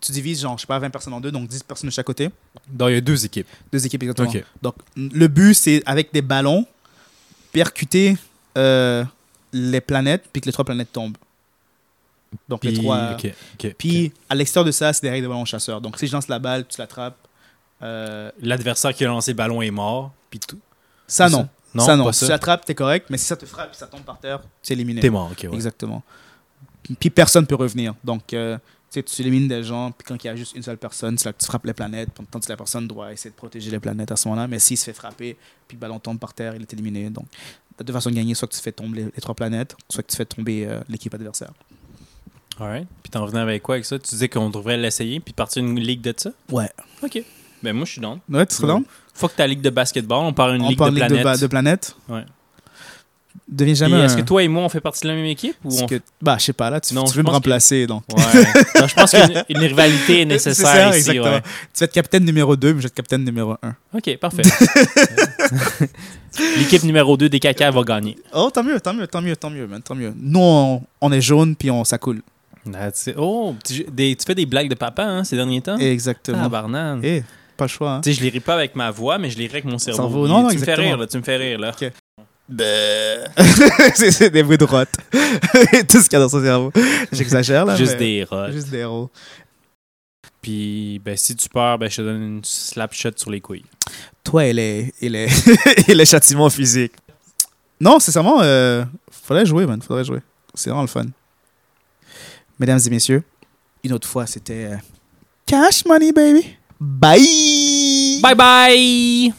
Tu divises, genre, je sais pas, 20 personnes en deux, donc 10 personnes de chaque côté.
Donc, il y a deux équipes.
Deux équipes exactement.
Ok.
Donc, le but, c'est avec des ballons, percuter euh, les planètes, puis que les trois planètes tombent. Donc
Puis,
les trois.
ok, ok,
Puis à l'extérieur de ça, c'est des règles de ballon chasseur. Donc si je lance la balle, tu l'attrapes. Euh,
ok. l'adversaire qui a lancé le ballon est mort. Puis tout.
ça,
Ça-
non.
Non,
ça, non.
pas
Si tu
ça.
l'attrapes, t'es correct. Mais si ça te frappe et ça tombe par terre, tu es éliminé.
T'es mort, ok. Ouais.
Exactement. Puis personne peut revenir. Donc, euh, tu sais, tu élimines des gens, puis quand il y a juste une seule personne, c'est là que tu frappes les planètes, puis tandis que la personne doit essayer de protéger les planètes à ce moment-là. Mais s'il se fait frapper, puis le ballon tombe par terre, il est éliminé. Donc, tu as deux façons de gagner soit que tu fais tomber les, les trois planètes, soit que tu fais tomber euh, l'équipe adversaire.
Alright.
Puis t'en venais avec quoi avec ça? Tu disais qu'on devrait l'essayer puis partir une ligue de ça?
Ouais.
OK. Ben moi, je suis down.
Ouais, tu serais down?
Faut que ta ligue de basketball, on part une
On
ligue,
parle
de
ligue
planète.
ba- de planète.
Ouais.
Deviens
Puis
jamais.
Est-ce
un-
que toi et moi, on fait partie de la même équipe? Ou
est-ce
on...
que- Bah, je sais pas, là, tu,
Non,
tu
je
veux me
pense que-
remplacer, donc.
Ouais. Non, je pense qu'une une rivalité est
C'est
nécessaire
ça,
ici.
exactement.
Ouais.
Tu vas être capitaine numéro 2, mais je vais être capitaine numéro 1.
OK, parfait. L'équipe numéro 2 des caca va gagner.
Oh, tant mieux, tant mieux, tant mieux, tant mieux, man, tant mieux. Nous, on, on est jaune, puis on s'accoule.
That's it. Oh, tu, des- tu fais des blagues de papa hein, ces derniers temps? Ah,
Exactement.
Tabarnak.
Eh, pas le choix. hein.
Tu sais, je les ris pas avec ma voix, mais je les ris avec mon cerveau.
Cerveau, non, non,
tu me fais
exactement.
rire, là. Tu me fais rire, là.
Ok. c'est Bah. c'est des bruits de rotte. Tout ce qu'il y a dans son cerveau. J'exagère, là.
Juste
mais-
des rats.
Juste des héros.
Puis, ben, si tu perds, ben, je te donne une slap shot sur les couilles.
Toi, il est, il est, il est châtiment physique. Non, sincèrement, euh, faudrait jouer, man. Faudrait jouer. C'est vraiment le fun. Mesdames et messieurs, une autre fois, c'était euh, Cash Money, baby. Bye.
Bye bye!